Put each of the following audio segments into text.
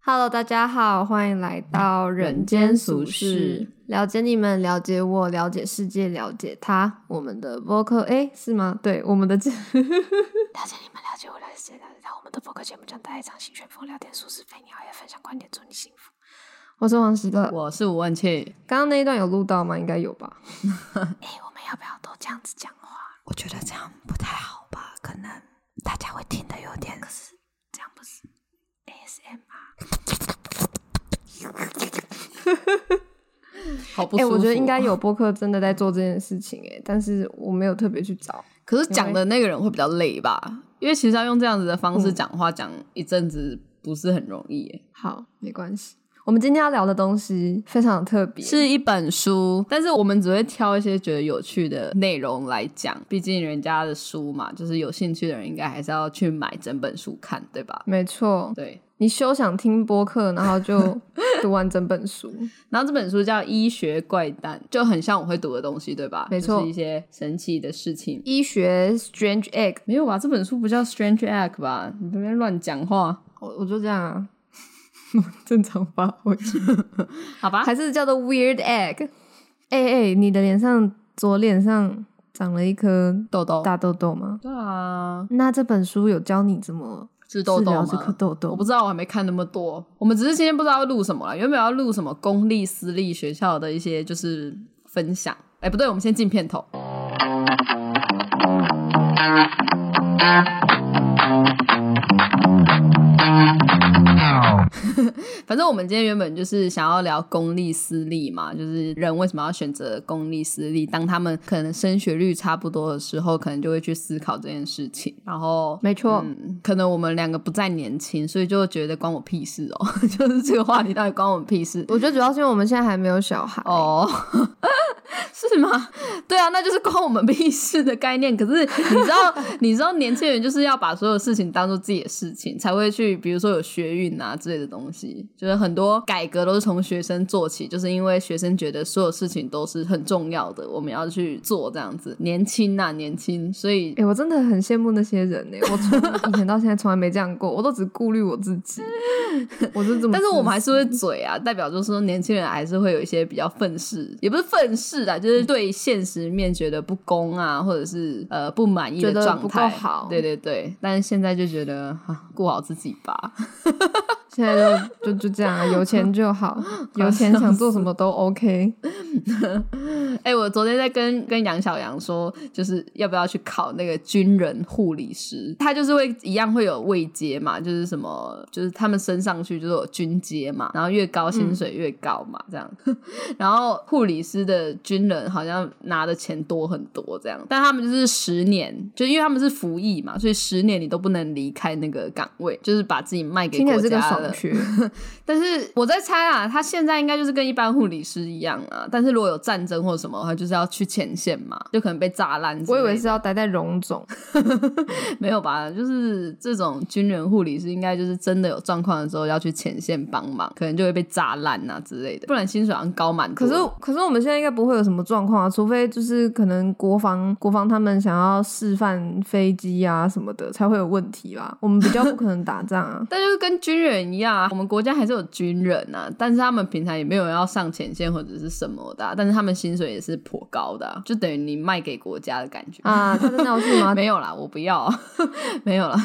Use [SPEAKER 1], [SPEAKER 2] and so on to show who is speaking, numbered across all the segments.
[SPEAKER 1] Hello，大家好，欢迎来到人间俗
[SPEAKER 2] 人间俗
[SPEAKER 1] 事
[SPEAKER 2] 事，
[SPEAKER 1] 了解你们，了解我，了解世界，了解他。我们的 vocal 哎是吗？对，我们的 节
[SPEAKER 3] 了解你们，了解我，了解谁，了解他。我们的播客节目将带来一场新旋风聊天舒适飞鸟，也分享观点，祝你幸福。
[SPEAKER 1] 我是黄喜乐。
[SPEAKER 2] 我是吴文庆，
[SPEAKER 1] 刚刚那一段有录到吗？应该有吧。
[SPEAKER 3] 哎、我们要不要都这样子讲话？
[SPEAKER 4] 我觉得这样不太好吧，可能大家会听得有点。可是
[SPEAKER 3] 这样不是 ASMR？
[SPEAKER 2] 好不
[SPEAKER 1] 哎、
[SPEAKER 2] 舒
[SPEAKER 3] 啊
[SPEAKER 2] 服。
[SPEAKER 1] 我觉得应该，有播客真的在做这件事情哎、但是我没有特别去找。
[SPEAKER 2] 可是讲的那个人会比较累吧？因为其实要用这样子的方式讲话，讲一阵子不是很容易耶。
[SPEAKER 1] 好，没关系。我们今天要聊的东西非常特别，
[SPEAKER 2] 是一本书，但是我们只会挑一些觉得有趣的内容来讲，毕竟人家的书嘛，就是有兴趣的人应该还是要去买整本书看，对吧？
[SPEAKER 1] 没错。
[SPEAKER 2] 对。
[SPEAKER 1] 你休想听播客，然后 就读完整本书。
[SPEAKER 2] 然后这本书叫《医学怪诞》，就很像我会读的东西，对吧？
[SPEAKER 1] 没错
[SPEAKER 2] 就是一些神奇的事情。
[SPEAKER 1] 医学 Strange Egg，
[SPEAKER 2] 没有吧？这本书不叫《Strange Egg》吧？你这边乱讲话，
[SPEAKER 1] 我我就这样啊，正常发挥，
[SPEAKER 2] 好吧？
[SPEAKER 1] 啊还是叫做 Weird Egg。哎、哎、你的脸上左脸上长了一颗
[SPEAKER 2] 痘痘？
[SPEAKER 1] 大痘痘吗？
[SPEAKER 2] 对啊，
[SPEAKER 1] 那这本书有教你怎么
[SPEAKER 2] 是痘
[SPEAKER 1] 治
[SPEAKER 2] 痘
[SPEAKER 1] 疗
[SPEAKER 2] 吗？
[SPEAKER 1] 这颗痘痘？
[SPEAKER 2] 我不知道，我还没看那么多。我们只是今天不知道要录什么了，原本要录什么公立、私立学校的一些就是分享。哎，不对，我们先进片头。 反正我们今天原本就是想要聊公立私立嘛，就是人为什么要选择公立私立？当他们可能升学率差不多的时候，可能就会去思考这件事情。然后，
[SPEAKER 1] 没错
[SPEAKER 2] 嗯，可能我们两个不再年轻，所以就觉得关我屁事哦， 就是这个话题到底关我们屁事？
[SPEAKER 1] 我觉得主要是因为我们现在还没有小孩。
[SPEAKER 2] 哦， 是吗？对啊，那就是关我们屁事的概念。可是你知道， 你知道年轻人就是要把所有事情当做自己的事情，才会去，比如说有学运啊之类的东西。就是很多改革都是从学生做起，就是因为学生觉得所有事情都是很重要的，我们要去做这样子。年轻啊，年轻，所以
[SPEAKER 1] 哎、我真的很羡慕那些人呢、我从以前到现在从来没这样过，我都只顾虑我自 己。我是这么自私，
[SPEAKER 2] 但是我们还是会嘴啊，代表就是说年轻人还是会有一些比较愤世，也不是愤世啊，就是对现实面觉得不公啊，或者是呃不满意的
[SPEAKER 1] 觉得
[SPEAKER 2] 状
[SPEAKER 1] 不够
[SPEAKER 2] 态。
[SPEAKER 1] 好
[SPEAKER 2] 对对对。但是现在就觉得啊，顾好自己吧。
[SPEAKER 1] 现在就就就这样啊，有钱就好，有钱想做什么都 OK。
[SPEAKER 2] 哎、我昨天在跟跟杨小杨说，就是要不要去考那个军人护理师，他就是会一样会有位阶嘛，就是什么，就是他们升上去就是有军阶嘛，然后越
[SPEAKER 1] 嗯
[SPEAKER 2] 高薪水越高嘛，这样。 然后护理师的军人好像拿的钱多很多这样，但他们就是十年，就因为他们是服役嘛，所以十年你都不能离开那个岗位，就是把自己卖给
[SPEAKER 1] 听起来
[SPEAKER 2] 国
[SPEAKER 1] 是个
[SPEAKER 2] 家
[SPEAKER 1] 爽
[SPEAKER 2] 了。
[SPEAKER 1] 学，
[SPEAKER 2] 但是我在猜啊，他现在应该就是跟一般护理师一样啊，但是如果有战争或什么，他就是要去前线嘛，就可能被炸烂之类
[SPEAKER 1] 我
[SPEAKER 2] 的。
[SPEAKER 1] 以为是要待在荣总，
[SPEAKER 2] 没有吧，就是这种军人护理师应该就是真的有状况的时候要去前线帮忙，可能就会被炸烂啊之类的，不然薪水好像高蛮
[SPEAKER 1] 可
[SPEAKER 2] 多
[SPEAKER 1] 是
[SPEAKER 2] 的。。
[SPEAKER 1] 可是我们现在应该不会有什么状况啊，除非就是可能国防国防他们想要示范飞机啊什么的才会有问题吧，我们比较不可能打仗啊
[SPEAKER 2] 但就是跟军人一样啊，我们国家还是有军人啊，但是他们平常也没有要上前线或者是什么的啊、但是他们薪水也是颇高的啊、就等于你卖给国家的感觉
[SPEAKER 1] 啊，他在闹事吗？
[SPEAKER 2] 没有啦，我不要， 没有啦。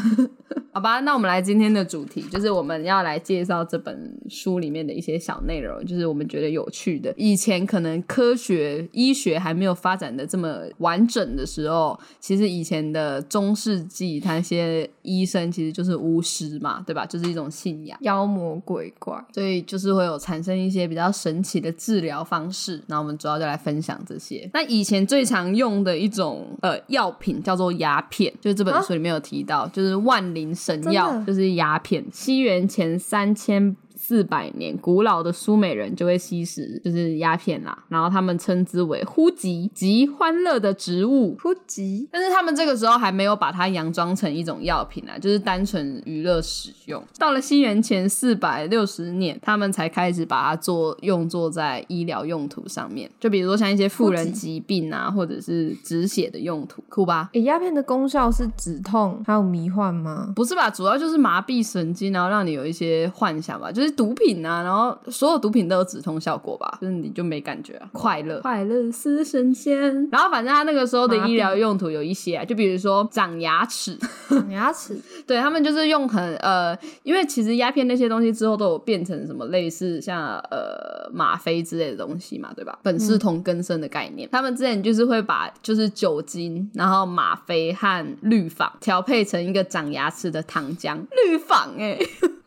[SPEAKER 2] 好吧，那我们来今天的主题，就是我们要来介绍这本书里面的一些小内容，就是我们觉得有趣的。以前可能科学、医学还没有发展的这么完整的时候，其实以前的中世纪，他那些医生其实就是巫师嘛，对吧？就是一种信仰。
[SPEAKER 1] 妖魔鬼怪，
[SPEAKER 2] 所以就是会有产生一些比较神奇的治疗方式。那我们主要就来分享这些。那以前最常用的一种呃药品叫做鸦片，就是这本书里面有提到，就是万灵神
[SPEAKER 1] 啊真
[SPEAKER 2] 药
[SPEAKER 1] 的，
[SPEAKER 2] 就是鸦片。西元前三千。四百年，古老的苏美人就会吸食就是鸦片啦，然后他们称之为呼吉，即欢乐的植物。
[SPEAKER 1] 普及
[SPEAKER 2] 但是他们这个时候还没有把它佯装成一种药品啊，就是单纯娱乐使用。到了西元前四百六十年，他们才开始把它做用作在医疗用途上面，就比如说像一些富人疾病啊，或者是止血的用途，酷吧？
[SPEAKER 1] 诶，鸦片的功效是止痛还有迷幻吗？
[SPEAKER 2] 不是吧？主要就是麻痹神经，然后让你有一些幻想吧。就是就是毒品啊，然后所有毒品都有止痛效果吧，就是你就没感觉啊，快乐，快乐似神仙。然后反正他那个时候的
[SPEAKER 1] 麻痹
[SPEAKER 2] 医疗用途有一些、啊，就比如说长牙齿，
[SPEAKER 1] 长牙齿，
[SPEAKER 2] 对他们就是用很呃，因为其实鸦片那些东西之后都有变成什么类似像呃吗啡之类的东西嘛，对吧？本是同根生的概念，他们之前就是会把就是酒精，然后吗啡和氯仿调配成一个长牙齿的糖浆，氯仿哎、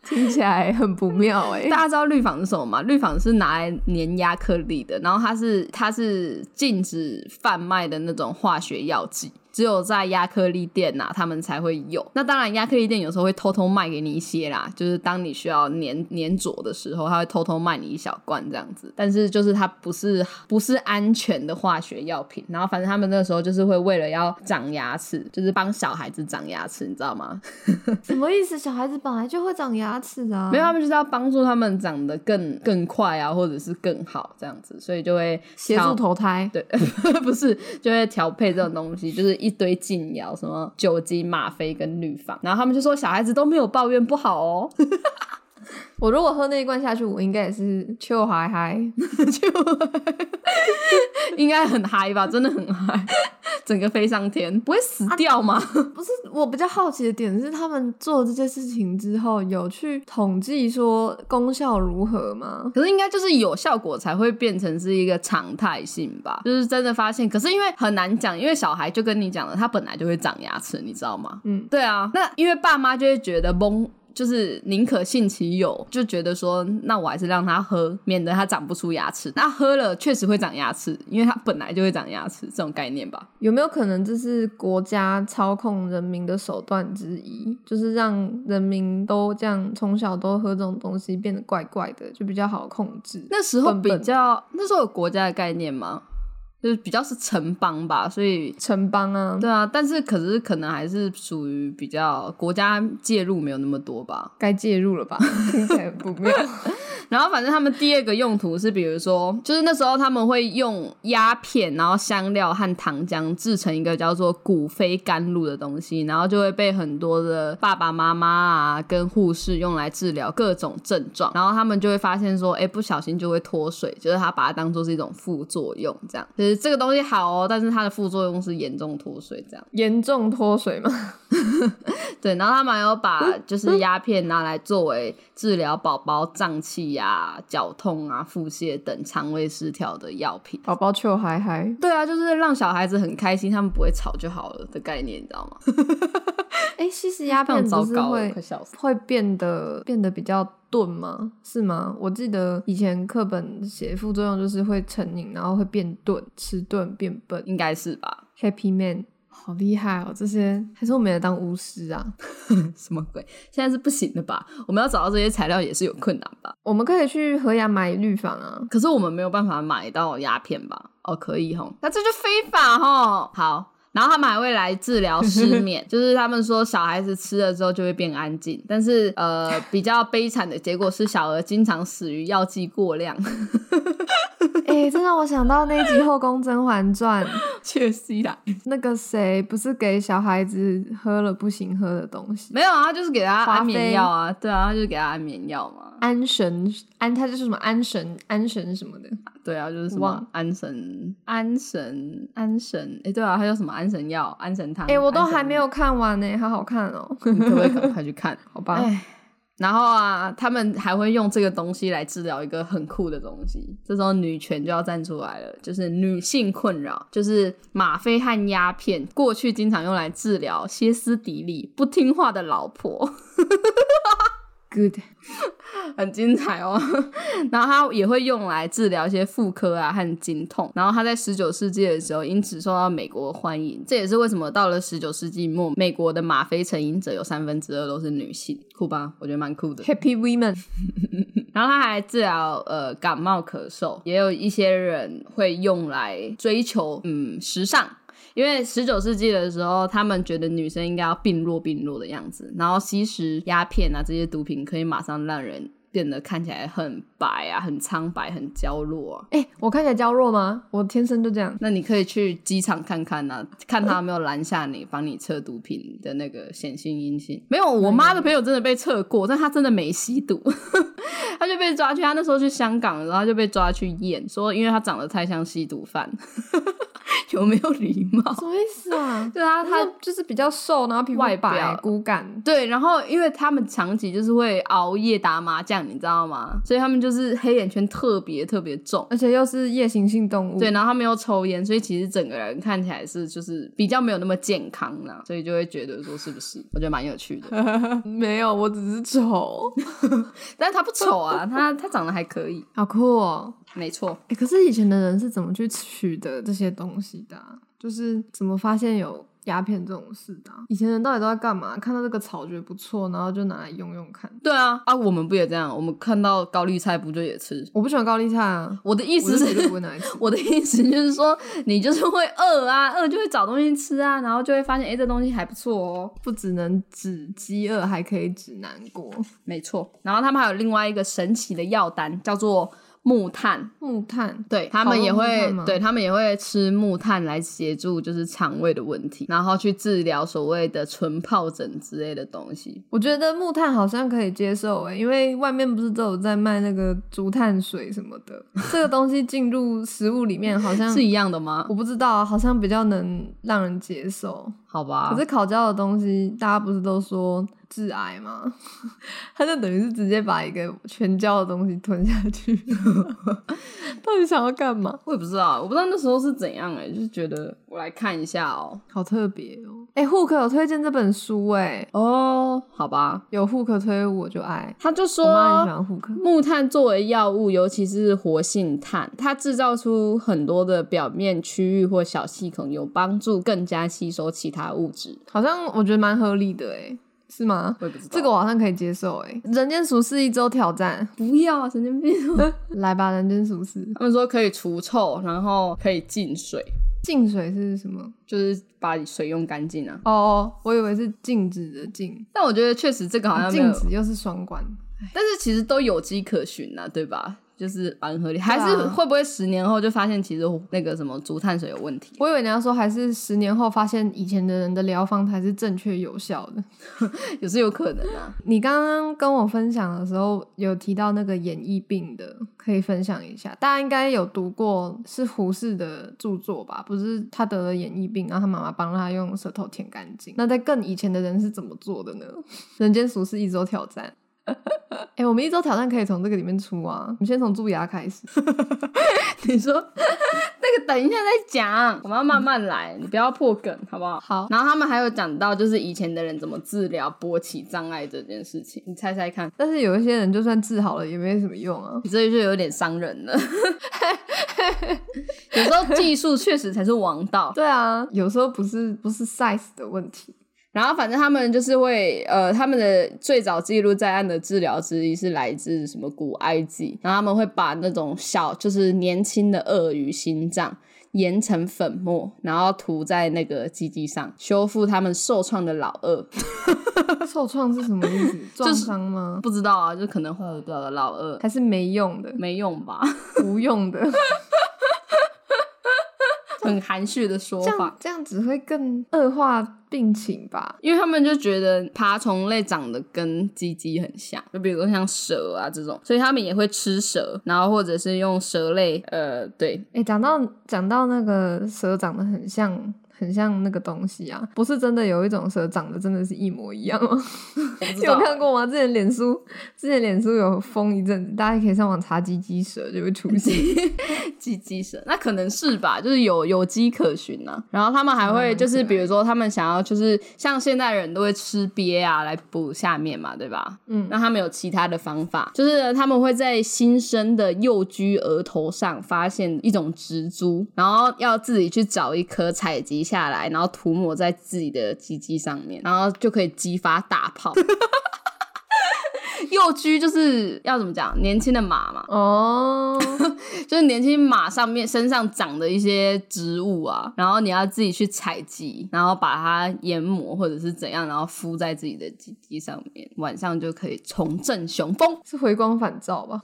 [SPEAKER 1] 听起来很不 妙哎、
[SPEAKER 2] 大家知道氯仿是什么吗？氯仿是拿来粘压颗粒的，然后它是它是禁止贩卖的那种化学药剂。只有在亚克力店呐、他们才会有。那当然，亚克力店有时候会偷偷卖给你一些啦，就是当你需要粘粘着的时候，他会偷偷卖你一小罐这样子。但是就是它不是不是安全的化学药品。然后反正他们那时候就是会为了要长牙齿，就是帮小孩子长牙齿，你知道吗？
[SPEAKER 1] 什么意思？小孩子本来就会长牙齿啊，
[SPEAKER 2] 没有，他们就是要帮助他们长得更更快啊，或者是更好这样子，所以就会
[SPEAKER 1] 协
[SPEAKER 2] 调
[SPEAKER 1] 助投胎。
[SPEAKER 2] 对， 不是就会调配这种东西，就是一堆禁药，什么酒精、吗啡跟氯仿，然后他们就说小孩子都没有抱怨不好哦，
[SPEAKER 1] 我如果喝那一罐下去，我应该也是秋嗨嗨。
[SPEAKER 2] 应该很嗨吧，真的很嗨，整个飞上天，不会死
[SPEAKER 1] 啊
[SPEAKER 2] 掉吗？
[SPEAKER 1] 不是，我比较好奇的点是，他们做这件事情之后，有去统计说功效如何吗？
[SPEAKER 2] 可是应该就是有效果才会变成是一个常态性吧，就是真的发现。可是因为很难讲，因为小孩就跟你讲了，他本来就会长牙齿，你知道吗？
[SPEAKER 1] 嗯，
[SPEAKER 2] 对啊。那因为爸妈就会觉得懵。就是宁可信其有，就觉得说，那我还是让他喝，免得他长不出牙齿。那喝了确实会长牙齿，因为他本来就会长牙齿，这种概念吧。
[SPEAKER 1] 有没有可能这是国家操控人民的手段之一？就是让人民都这样从小都喝这种东西，变得怪怪的，就比较好控制。
[SPEAKER 2] 那时候
[SPEAKER 1] 笨
[SPEAKER 2] 比
[SPEAKER 1] 笨
[SPEAKER 2] 较，那时候有国家的概念吗？就是比较是城邦吧，所以
[SPEAKER 1] 城邦啊，
[SPEAKER 2] 对啊，但是可是可能还是属于比较国家介入没有那么多吧。
[SPEAKER 1] 该介入了 吧？听起来哎不妙。
[SPEAKER 2] 然后反正他们第二个用途是，比如说，就是那时候他们会用鸦片，然后香料和糖浆制成一个叫做骨非甘露的东西，然后就会被很多的爸爸妈妈啊跟护士用来治疗各种症状。然后他们就会发现说，哎，不小心就会脱水，就是他把它当做是一种副作用，这样。就是这个东西好哦，但是它的副作用是严重脱水这样。
[SPEAKER 1] 严重脱水吗？
[SPEAKER 2] 对，然后他们还有
[SPEAKER 1] 嗯
[SPEAKER 2] 把就是鸦片拿来作为治疗宝宝胀气呀、绞痛啊、腹泻等肠胃失调的药品。
[SPEAKER 1] 宝宝秋嗨嗨。
[SPEAKER 2] 对啊，就是让小孩子很开心，他们不会吵就好了的概念，你知道吗？
[SPEAKER 1] 哎、吸食鸦
[SPEAKER 2] 非常
[SPEAKER 1] 片
[SPEAKER 2] 糟
[SPEAKER 1] 不是
[SPEAKER 2] 糕，我
[SPEAKER 1] 会
[SPEAKER 2] 快笑死。
[SPEAKER 1] 会变得变得比较钝吗？是吗？我记得以前课本写副作用就是会成瘾，然后会变钝、迟钝、变笨。
[SPEAKER 2] 应该是吧？
[SPEAKER 1] Happy Man，好厉害哦！这些还是我们也当巫师啊？
[SPEAKER 2] 什么鬼？现在是不行的吧？我们要找到这些材料也是有困难吧？
[SPEAKER 1] 我们可以去河阳买绿房 啊。
[SPEAKER 2] 可是我们没有办法买到鸦片吧？哦，可以吼，那这就非法吼。好，然后他们还会来治疗失 眠，就是他们说小孩子吃了之后就会变安静，但是呃，比较悲惨的结果是小儿经常死于药剂过量。
[SPEAKER 1] 哎、这让我想到那一集《后宫甄嬛传》，
[SPEAKER 2] 确实啦，
[SPEAKER 1] 那个谁不是给小孩子喝了不行喝的东西？
[SPEAKER 2] 没有啊，他就是给他
[SPEAKER 1] 华妃
[SPEAKER 2] 安眠药啊，对啊，他就是给他安眠药嘛，
[SPEAKER 1] 安神安，他就是什么安神安神什么的，
[SPEAKER 2] 对啊，就是什
[SPEAKER 1] 忘
[SPEAKER 2] 么
[SPEAKER 1] 了
[SPEAKER 2] 安神、安神、安神，哎，对啊，还有什么安神药、安神汤？
[SPEAKER 1] 哎、我都
[SPEAKER 2] 安神
[SPEAKER 1] 还没有看完呢、好好看哦。
[SPEAKER 2] 你 可不可以赶快去看？好吧
[SPEAKER 1] 唉。
[SPEAKER 2] 然后啊，他们还会用这个东西来治疗一个很酷的东西。这时候女权就要站出来了，就是女性困扰，就是吗啡和鸦片，过去经常用来治疗歇斯底里、不听话的老婆。
[SPEAKER 1] Good，
[SPEAKER 2] 很精彩哦。 然后它也会用来治疗一些妇科啊和经痛。然后它在十九世纪的时候，因此受到美国欢迎。这也是为什么到了十九世纪末，美国的吗啡成瘾者有三分之二都是女性，酷吧？我觉得蛮酷的。
[SPEAKER 1] Happy Women，
[SPEAKER 2] 然后它还治疗呃感冒咳嗽，也有一些人会用来追求嗯时尚。因为十九世纪的时候，他们觉得女生应该要病弱病弱的样子，然后吸食鸦片啊这些毒品可以马上让人变得看起来很白啊、很苍白、很娇弱啊。
[SPEAKER 1] 哎、我看起来娇弱吗？我天生就这样。
[SPEAKER 2] 那你可以去机场看看呐、看他有没有拦下你，帮你测毒品的 那个显性阴性。没有，我妈的朋友真的被测过，但她真的没吸毒，她他就被抓去，他那时候去香港，然后他就被抓去验，说因为他长得太像吸毒犯， 有没有礼貌？
[SPEAKER 1] 什么意思啊？
[SPEAKER 2] 对啊，
[SPEAKER 1] 他
[SPEAKER 2] 他
[SPEAKER 1] 就是比较瘦，然后皮肤
[SPEAKER 2] 外
[SPEAKER 1] 白
[SPEAKER 2] 表，
[SPEAKER 1] 骨感。
[SPEAKER 2] 对，然后因为他们长期就是会熬夜打麻将，你知道吗？所以他们就是黑眼圈特别特别重。
[SPEAKER 1] 而且又是夜行性动物，
[SPEAKER 2] 对，然后他们又抽烟，所以其实整个人看起来是就是比较没有那么健康啦，所以就会觉得说是不是？我觉得蛮有趣的，
[SPEAKER 1] 没有，我只是丑，
[SPEAKER 2] 但是他不丑啊，他他长得还可以，
[SPEAKER 1] 好酷哦！
[SPEAKER 2] 没错。
[SPEAKER 1] 哎、可是以前的人是怎么去取得这些东西的啊、就是怎么发现有鸦片这种事的啊、以前人到底都在干嘛？看到这个草觉得不错，然后就拿来用用看。
[SPEAKER 2] 对啊，啊，我们不也这样？我们看到高丽菜不就也吃？
[SPEAKER 1] 我不喜欢高丽菜啊，
[SPEAKER 2] 我的意
[SPEAKER 1] 我
[SPEAKER 2] 思
[SPEAKER 1] 是绝对
[SPEAKER 2] 是。
[SPEAKER 1] 不，会拿来吃
[SPEAKER 2] 我的意思就是说，你就是会饿啊，饿就会找东西吃啊，然后就会发现，哎、这东西还不错哦。
[SPEAKER 1] 不只能止饥饿，还可以止难过。
[SPEAKER 2] 没错，然后他们还有另外一个神奇的药单，叫做木炭。
[SPEAKER 1] 木炭，
[SPEAKER 2] 对他们也
[SPEAKER 1] 烤肉木
[SPEAKER 2] 会
[SPEAKER 1] 炭吗，
[SPEAKER 2] 对他们也会吃木炭来协助就是肠胃的问题，然后去治疗所谓的唇疱疹之类的东西。
[SPEAKER 1] 我觉得木炭好像可以接受诶、因为外面不是都有在卖那个竹炭水什么的，这个东西进入食物里面好像
[SPEAKER 2] 是一样的吗
[SPEAKER 1] 我？不知道啊，好像比较能让人接受。
[SPEAKER 2] 好吧，
[SPEAKER 1] 可是烤焦的东西，大家不是都说致癌吗？ 它就等于是直接把一个全焦的东西吞下去，到底想要干嘛？
[SPEAKER 2] 我也不知道，我不知道那时候是怎样哎、就是觉得我来看一下哦、
[SPEAKER 1] 好特别哦！哎、户口有推荐这本书哎，
[SPEAKER 2] 哦，好吧，
[SPEAKER 1] 有户口推我就爱，
[SPEAKER 2] 他就
[SPEAKER 1] 我妈很喜
[SPEAKER 2] 说。
[SPEAKER 1] 欢户口。
[SPEAKER 2] 木炭作为药物，尤其是活性炭，它制造出很多的表面区域或小细孔，有帮助更加吸收其他物质。
[SPEAKER 1] 好像我觉得蛮合理的哎，是吗？
[SPEAKER 2] 我也不知道
[SPEAKER 1] 这个我好像可以接受哎。人间俗世一周挑战，
[SPEAKER 2] 不要啊，神经病！
[SPEAKER 1] 来吧，人间俗世。
[SPEAKER 2] 他们说可以除臭，然后可以净水，
[SPEAKER 1] 净水是什么？
[SPEAKER 2] 就是把水用干净啊。
[SPEAKER 1] 哦哦，我以为是禁止的禁，
[SPEAKER 2] 但我觉得确实这个好像没有
[SPEAKER 1] 禁，止又是双关。
[SPEAKER 2] 但是其实都有迹可循呐、啊，对吧？就是蛮合理，还
[SPEAKER 1] 对啊
[SPEAKER 2] 是会不会十年后就发现其实那个什么竹炭水有问题？啊
[SPEAKER 1] 我以为你要说还是十年后发现以前的人的疗方才是正确有效的。
[SPEAKER 2] 也是有可能啊。
[SPEAKER 1] 你刚刚跟我分享的时候有提到那个演疫病的，可以分享一下。大家应该有读过是胡适的著作吧？不是他得了演疫病，然后他妈妈帮他用舌头舔干净。那在更以前的人是怎么做的呢？ 人间俗世一周挑战。 哎、我们一周挑战可以从这个里面出啊！我们先从蛀牙开始。
[SPEAKER 2] 你说那个等一下再讲，我们要慢慢来，你不要破梗，好不好？
[SPEAKER 1] 好
[SPEAKER 2] 然后他们还有讲到，就是以前的人怎么治疗勃起障碍这件事情，你猜猜看，
[SPEAKER 1] 但是有一些人就算治好了也没什么用啊。
[SPEAKER 2] 你这就有点伤人了。 有时候技术确实才是王道。
[SPEAKER 1] 对啊，有时候不是不是 size 的问题，
[SPEAKER 2] 然后反正他们就是会，呃，他们的最早记录在案的治疗之一是来自什么古埃及，然后他们会把那种小就是年轻的鳄鱼心脏研成粉末，然后涂在那个鸡鸡上，修复他们受创的老二。
[SPEAKER 1] 受创是什么 意思？撞伤吗？
[SPEAKER 2] 不知道啊，就可能会有不的老二
[SPEAKER 1] 还是没用的、
[SPEAKER 2] 没用吧，
[SPEAKER 1] 无用 的？
[SPEAKER 2] 很含蓄的说
[SPEAKER 1] 这
[SPEAKER 2] 法
[SPEAKER 1] 样。这样只会更恶化病情吧？
[SPEAKER 2] 因为他们就觉得爬虫类长得跟鸡鸡很像，就比如说像蛇啊这种，所以他们也会吃蛇，然后或者是用蛇类，呃，对，
[SPEAKER 1] 哎、讲到讲到那个蛇长得很像。很像那个东西啊，不是真的有一种蛇长得真的是一模一样 吗？
[SPEAKER 2] 我不知
[SPEAKER 1] 有
[SPEAKER 2] 道，
[SPEAKER 1] 看过吗？之前脸书，之前脸书有封一阵子，大家可以上网查“鸡鸡蛇”就会出现。
[SPEAKER 2] 鸡鸡蛇，那可能是吧，就是有有迹可循啊。然后他们还
[SPEAKER 1] 嗯
[SPEAKER 2] 会
[SPEAKER 1] 蛮
[SPEAKER 2] 就是，
[SPEAKER 1] 可爱
[SPEAKER 2] 比如说他们想要就是像现代人都会吃鳖啊来补下面嘛，对吧？
[SPEAKER 1] 嗯
[SPEAKER 2] 那他们有其他的方法，就是他们会在新生的幼居额头上发现一种植株，然后要自己去找一颗采集下来，然后涂抹在自己的鸡鸡上面，然后就可以激发大炮。 幼居就是要怎么讲，年轻的马嘛，
[SPEAKER 1] 哦，
[SPEAKER 2] 就是年轻马上面身上长的一些植物啊，然后你要自己去采集，然后把它研磨或者是怎样，然后敷在自己的鸡鸡上面，晚上就可以重振雄 风。
[SPEAKER 1] 是回光返照 吧？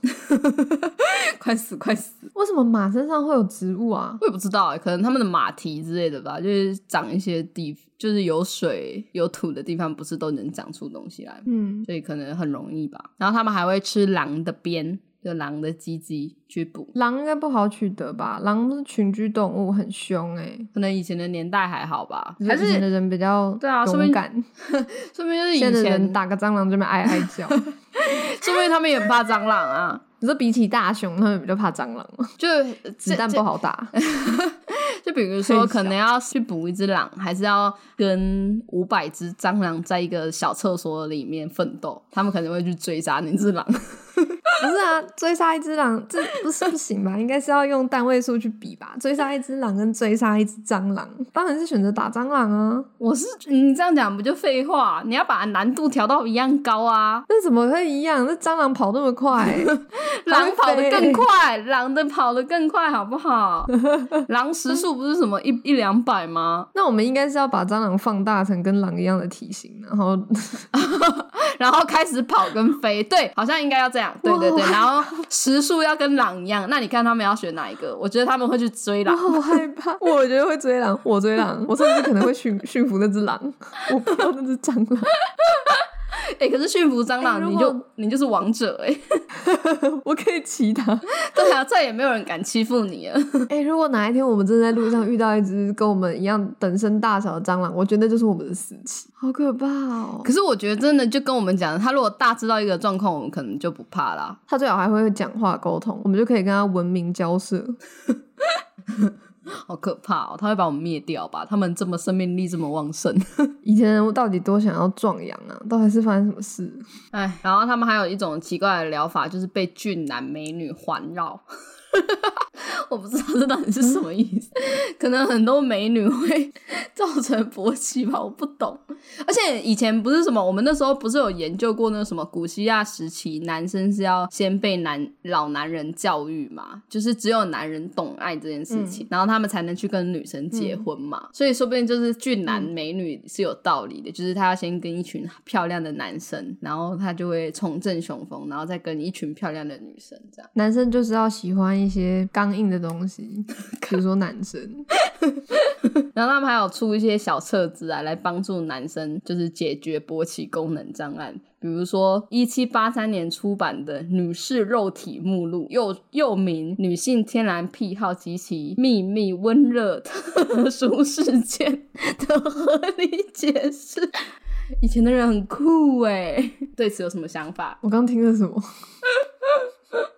[SPEAKER 2] 快死快死！
[SPEAKER 1] 为什么马身上会有植物啊？
[SPEAKER 2] 我也不知道欸、可能他们的马蹄之类的吧，就是长一些地，就是有水有土的地方，不是都能长出东西来吗？
[SPEAKER 1] 嗯，
[SPEAKER 2] 所以可能很容易吧。然后他们还会吃狼的鞭，就狼的鸡鸡去补。
[SPEAKER 1] 狼应该不好取得吧？狼是群居动物，很凶哎、
[SPEAKER 2] 可能以前的年代还好吧，
[SPEAKER 1] 就
[SPEAKER 2] 还
[SPEAKER 1] 以前的
[SPEAKER 2] 是
[SPEAKER 1] 人比较
[SPEAKER 2] 对啊说不
[SPEAKER 1] 勇
[SPEAKER 2] 定
[SPEAKER 1] 敢，
[SPEAKER 2] 说明就是以
[SPEAKER 1] 现在的
[SPEAKER 2] 前
[SPEAKER 1] 人，打个蟑螂这边哀哀叫。
[SPEAKER 2] 说明他们也很怕蟑螂啊，
[SPEAKER 1] 你说比起大熊，他们比较怕蟑 螂吗？
[SPEAKER 2] 就
[SPEAKER 1] 子弹不
[SPEAKER 2] 好。
[SPEAKER 1] 好打，
[SPEAKER 2] 就比如
[SPEAKER 1] 可
[SPEAKER 2] 说，
[SPEAKER 1] 以
[SPEAKER 2] 可能要去捕一只狼，还是要跟五百只蟑螂在一个小厕所里面奋斗，他们可能会去追杀那只狼。
[SPEAKER 1] 不是啊，追杀一只狼，这不是不行吧？应该是要用单位数去比吧。追杀一只狼跟追杀一只蟑螂，当然是选择打蟑螂啊。
[SPEAKER 2] 我是你这样讲不就废话？你要把难度调到一样高 啊！
[SPEAKER 1] 那怎么会一样？那蟑螂跑那么快、
[SPEAKER 2] 狼跑得更
[SPEAKER 1] 会飞
[SPEAKER 2] 快，狼的跑得更快，好不好？狼时速不是什么一一两百吗？
[SPEAKER 1] 那我们应该是要把蟑螂放大成跟狼一样的体型，然后
[SPEAKER 2] 然后开始跑跟飞，对，好像应该要这样，对对对。然后时速要跟狼一样，那你看他们要选哪一个？我觉得他们会去追
[SPEAKER 1] 我
[SPEAKER 2] 狼。
[SPEAKER 1] 好害怕。 我觉得会追狼，我追狼，我甚至可能会驯驯服那只狼，我 不要那只蟑螂。
[SPEAKER 2] 哎、可是驯服蟑螂，
[SPEAKER 1] 欸如
[SPEAKER 2] 你
[SPEAKER 1] 果
[SPEAKER 2] 就你就是王者哎、
[SPEAKER 1] 我可以骑它。
[SPEAKER 2] 对啊，再也没有人敢欺负你了。
[SPEAKER 1] 哎、如果哪一天我们真的在路上遇到一只跟我们一样等身大小的蟑螂，我觉得那就是我们的死期，好可怕哦！
[SPEAKER 2] 可是我觉得真的就跟我们讲的，他如果大致到一个状况，我们可能就不怕啦。
[SPEAKER 1] 它最好还会讲话沟通，我们就可以跟它文明交涉。
[SPEAKER 2] 好可怕哦，他会把我们灭掉吧？他们这么生命力这么旺盛，
[SPEAKER 1] 以前人到底多想要壮阳啊？到底是发生什么事？
[SPEAKER 2] 哎，然后他们还有一种奇怪的疗法，就是被俊男美女环绕。 我不知道这到底是什么意思，可能很多美女会 造成勃起吧，我不懂。而且以前不是什么，我们那时候不是有研究过那个什么古希腊时期，男生是要先被男老男人教育嘛，就是只有男人懂爱这件事情，然后他们才能去跟女生结婚嘛。所以说不定就是俊男美女是有道理的，就是他要先跟一群漂亮的男生，然后他就会重振雄风，然后再跟一群漂亮的女生这样。
[SPEAKER 1] 男生就是要喜欢一些刚硬的东西，比如说男生。
[SPEAKER 2] 然后他们还有出一些小册子啊，来帮助男生就是解决勃起功能障碍。比如说，一七八三年出版的《女士肉体目录》，又又名《女性天然癖好及其秘密温热特殊事件的合理解释》。以前的人很酷哎、对此有什么想法？
[SPEAKER 1] 我刚听了什么？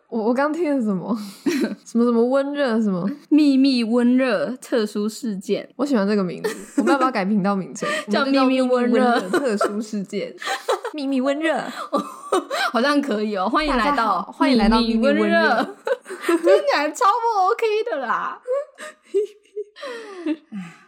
[SPEAKER 1] 我我刚听了什么？ 什么什么温热什么？
[SPEAKER 2] 秘密温热特殊事件，
[SPEAKER 1] 我喜欢这个名字，我们要不要改频道名称？
[SPEAKER 2] 叫
[SPEAKER 1] 我们就叫
[SPEAKER 2] 秘密温热
[SPEAKER 1] 特殊事件，秘密温热。
[SPEAKER 2] 好像可以哦。欢迎来
[SPEAKER 1] 大家
[SPEAKER 2] 到
[SPEAKER 1] 好，欢迎来到
[SPEAKER 2] 秘密
[SPEAKER 1] 秘密温
[SPEAKER 2] 热
[SPEAKER 1] 热，
[SPEAKER 2] 听起来超不 OK 的 啦。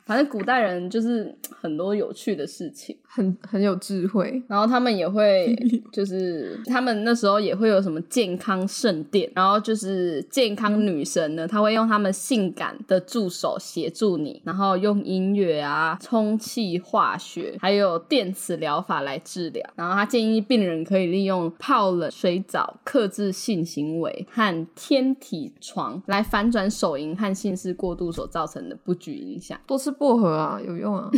[SPEAKER 2] 反正古代人就是很多有趣的事情，
[SPEAKER 1] 很很有智慧。
[SPEAKER 2] 然后他们也会就是他们那时候也会有什么健康圣殿，然后就是健康女神呢，她会用她们性感的助手协助你，然后用音乐啊、充气化学还有电磁疗法来治疗。然后她建议病人可以利用泡冷水澡、克制性行为和天体床来反转手淫和性事过度所造成的不举影响。
[SPEAKER 1] 多吃薄荷啊，有用啊，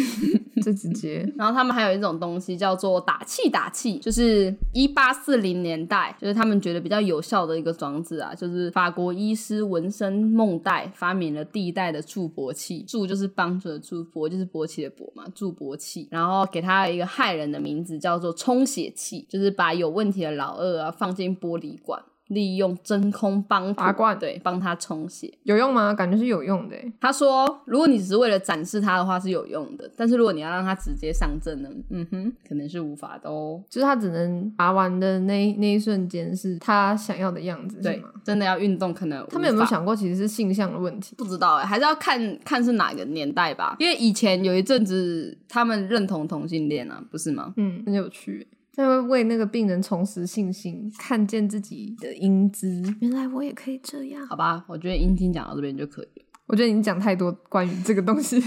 [SPEAKER 1] 最直接。
[SPEAKER 2] 然后他们还有一种东西叫做打气打气，就是一八四零年代，就是他们觉得比较有效的一个装置啊，就是法国医师文森孟代发明了第一代的助勃器，助就是帮助的助，勃就是勃起的勃嘛，助勃器，然后给它一个害人的名字叫做充血器，就是把有问题的老二啊放进玻璃管。利用真空帮
[SPEAKER 1] 拔罐
[SPEAKER 2] 对，帮他充血。
[SPEAKER 1] 有用吗？感觉是有用的欸。
[SPEAKER 2] 他说，如果你只是为了展示它的话是有用的，但是如果你要让它直接上阵呢，嗯哼，可能是无法的哦。
[SPEAKER 1] 就是他只能拔完的那那一瞬间是他想要的样子，是
[SPEAKER 2] 对
[SPEAKER 1] 吗？，
[SPEAKER 2] 真的要运动，可能
[SPEAKER 1] 他们有没有
[SPEAKER 2] 无法？
[SPEAKER 1] 想过其实是性向的问题？
[SPEAKER 2] 不知道哎、还是要看看是哪个年代吧。因为以前有一阵子他们认同同性恋啊，不是吗？
[SPEAKER 1] 嗯，很有趣欸。他会为那个病人重拾信心，看见自己的英姿。
[SPEAKER 4] 原来我也可以这样。
[SPEAKER 2] 好吧，我觉得英听讲到这边就可以了。
[SPEAKER 1] 我觉得你讲太多关于这个东西。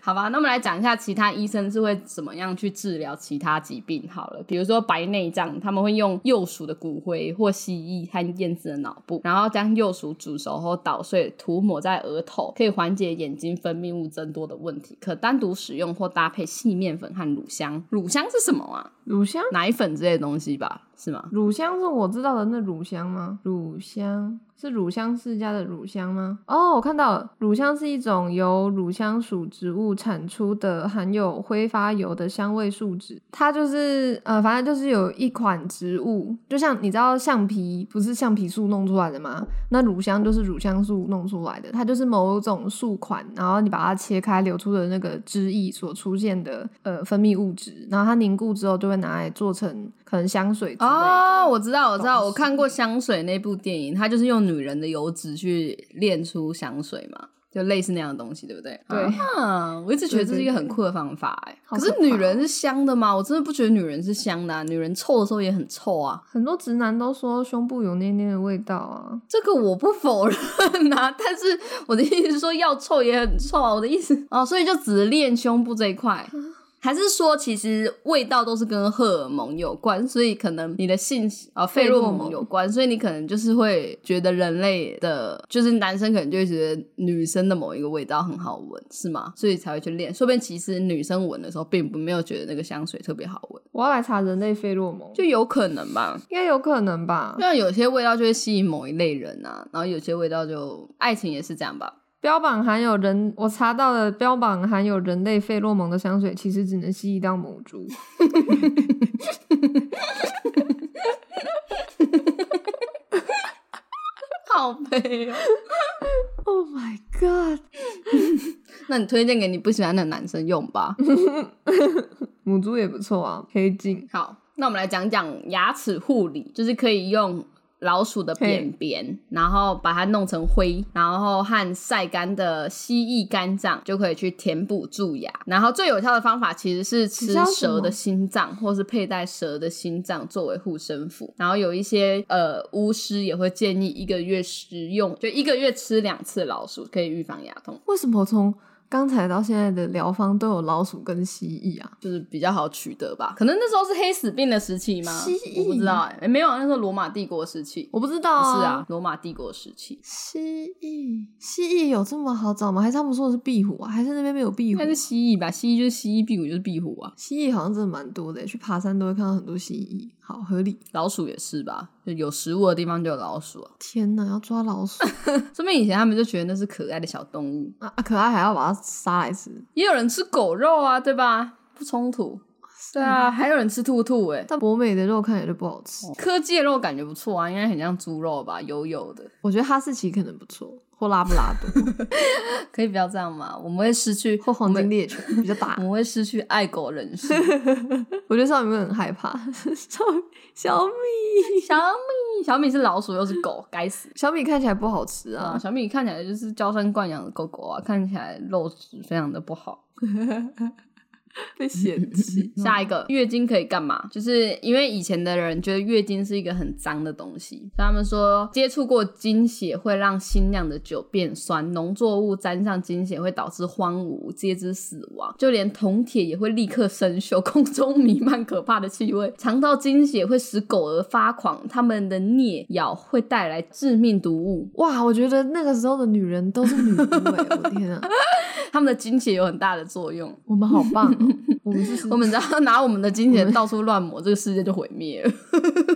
[SPEAKER 2] 好吧，那我们来讲一下其他医生是会怎么样去治疗其他疾病好了，比如说白内障，他们会用幼鼠的骨灰或蜥蜴和燕子的脑部，然后将幼鼠煮熟后捣碎，涂抹在额头，可以缓解眼睛分泌物增多的问题，可单独使用或搭配细面粉和乳香。乳香是什么啊？
[SPEAKER 1] 乳香，
[SPEAKER 2] 奶粉之类的东西吧？是吗？
[SPEAKER 1] 乳香是我知道的那乳香吗？乳香是乳香世家的乳香吗？哦，我看到了，乳香是一种由乳香属植物产出的含有挥发油的香味树脂，它就是呃，反正就是有一款植物，就像你知道橡皮不是橡皮树弄出来的吗？那乳香就是乳香树弄出来的，它就是某种树款，然后你把它切开流出的那个汁液所出现的呃分泌物质，然后它凝固之后就会拿来做成可能香水之类的
[SPEAKER 2] 哦，我知道，我知道，
[SPEAKER 1] 东西
[SPEAKER 2] 我看过《香水》那部电影，它就是用女人的油脂去炼出香水嘛，就类似那样的东西，对不对？
[SPEAKER 1] 对
[SPEAKER 2] 啊，我一直觉得这是一个很酷的方法、哎。
[SPEAKER 1] 对
[SPEAKER 2] 可
[SPEAKER 1] 对
[SPEAKER 2] 是女人是香的吗？我真的不觉得女人是香的、啊，女人臭的时候也很臭啊，
[SPEAKER 1] 很多直男都说胸部有黏黏的味道啊，
[SPEAKER 2] 这个我不否认啊。但是我的意思是说，要臭也很臭啊。我的意思哦，所以就只练胸部这一
[SPEAKER 1] 啊
[SPEAKER 2] 块。还是说，其实味道都是跟荷尔蒙有关，所以可能你的性啊费
[SPEAKER 1] 费
[SPEAKER 2] 洛
[SPEAKER 1] 洛
[SPEAKER 2] 蒙
[SPEAKER 1] 蒙
[SPEAKER 2] 有关，所以你可能就是会觉得人类的，就是男生可能就会觉得女生的某一个味道很好闻，是吗？所以才会去练。说不定其实女生闻的时候，并不没有觉得那个香水特别好闻，
[SPEAKER 1] 我要来查人类费洛蒙，
[SPEAKER 2] 就有可能吧。
[SPEAKER 1] 应该有可能吧？
[SPEAKER 2] 那有些味道就会吸引某一类人啊，然后有些味道就爱情也是这样吧。
[SPEAKER 1] 标榜含有人，我查到了标榜含有人类费洛蒙的香水，其实只能吸一到母猪。
[SPEAKER 2] 好悲哦。
[SPEAKER 1] Oh my god！
[SPEAKER 2] 那你推荐给你不喜欢的男生用吧。
[SPEAKER 1] 母猪也不错啊，黑镜。
[SPEAKER 2] 好，那我们来讲讲牙齿护理，就是可以用老鼠的便便，然后把它弄成灰，然后和晒干的蜥蜴肝脏就可以去填补蛀牙。然后最有效的方法其实是吃
[SPEAKER 1] 你知道什
[SPEAKER 2] 蛇
[SPEAKER 1] 么
[SPEAKER 2] 的心脏，或是佩戴蛇的心脏作为护身符。然后有一些呃巫师也会建议一个月食用，就一个月吃两次老鼠，可以预防牙痛，
[SPEAKER 1] 为什么我从刚才到现在的疗方都有老鼠跟蜥蜴啊？
[SPEAKER 2] 就是比较好取得吧。可能那时候是黑死病的时期吗？
[SPEAKER 1] 蜥蜴
[SPEAKER 2] 我不知道哎、欸没有，那时候罗马帝国时期。
[SPEAKER 1] 我不知道
[SPEAKER 2] 是啊，，罗马帝国时期，
[SPEAKER 1] 蜥蜴，蜥蜴有这么好找吗？还是他们说的是壁虎啊？还是那边没有壁
[SPEAKER 2] 应
[SPEAKER 1] 虎
[SPEAKER 2] 该？是蜥蜴吧？蜥蜴就是蜥蜴，壁虎就是壁虎啊，
[SPEAKER 1] 蜥蜴好像真的蛮多的，欸去爬山都会看到很多蜥蜴，好合理。
[SPEAKER 2] 老鼠也是吧？就有食物的地方就有老鼠啊。
[SPEAKER 1] 天呐，要抓老鼠
[SPEAKER 2] 说明以前他们就觉得那是可爱的小动物，
[SPEAKER 1] 啊！啊可爱还要把它杀来吃，
[SPEAKER 2] 也有人吃狗肉啊，对吧？不冲突。对啊，还有人吃兔兔哎、
[SPEAKER 1] 但博美的肉看起来就不好吃。
[SPEAKER 2] 科技的肉感觉不错啊，应该很像猪肉吧，油油的。
[SPEAKER 1] 我觉得哈士奇可能不错，或拉布拉多，
[SPEAKER 2] 可以不要这样吗？我们会失去
[SPEAKER 1] 或黄金猎犬比较大
[SPEAKER 2] 我。 们会失去爱狗人士。
[SPEAKER 1] 我觉得少女会很害怕， 少小米
[SPEAKER 2] 小米，小米是老鼠又是狗，该死。
[SPEAKER 1] 小米看起来不好吃
[SPEAKER 2] 啊，
[SPEAKER 1] 啊。
[SPEAKER 2] 小米看起来就是娇生惯养的狗狗啊，看起来肉质非常的不好。。
[SPEAKER 1] 被嫌弃
[SPEAKER 2] 下一个，月经可以干嘛？就是因为以前的人觉得月经是一个很脏的东西，所以他们说接触过经血会让新酿的酒变酸，农作物沾上经血会导致荒芜，接之死亡，就连铜铁也会立刻生锈， 空中弥漫可怕的气味，肠道经血会使狗儿发狂，它们的啮咬会带来致命毒物，
[SPEAKER 1] 哇，我觉得那个时候的女人都是女巫哎、我天啊，
[SPEAKER 2] 它们的经血有很大的作用。
[SPEAKER 1] 我们好棒、哦，我们就是
[SPEAKER 2] 我们只要拿我们的金钱到处乱抹，这个世界就毁灭了。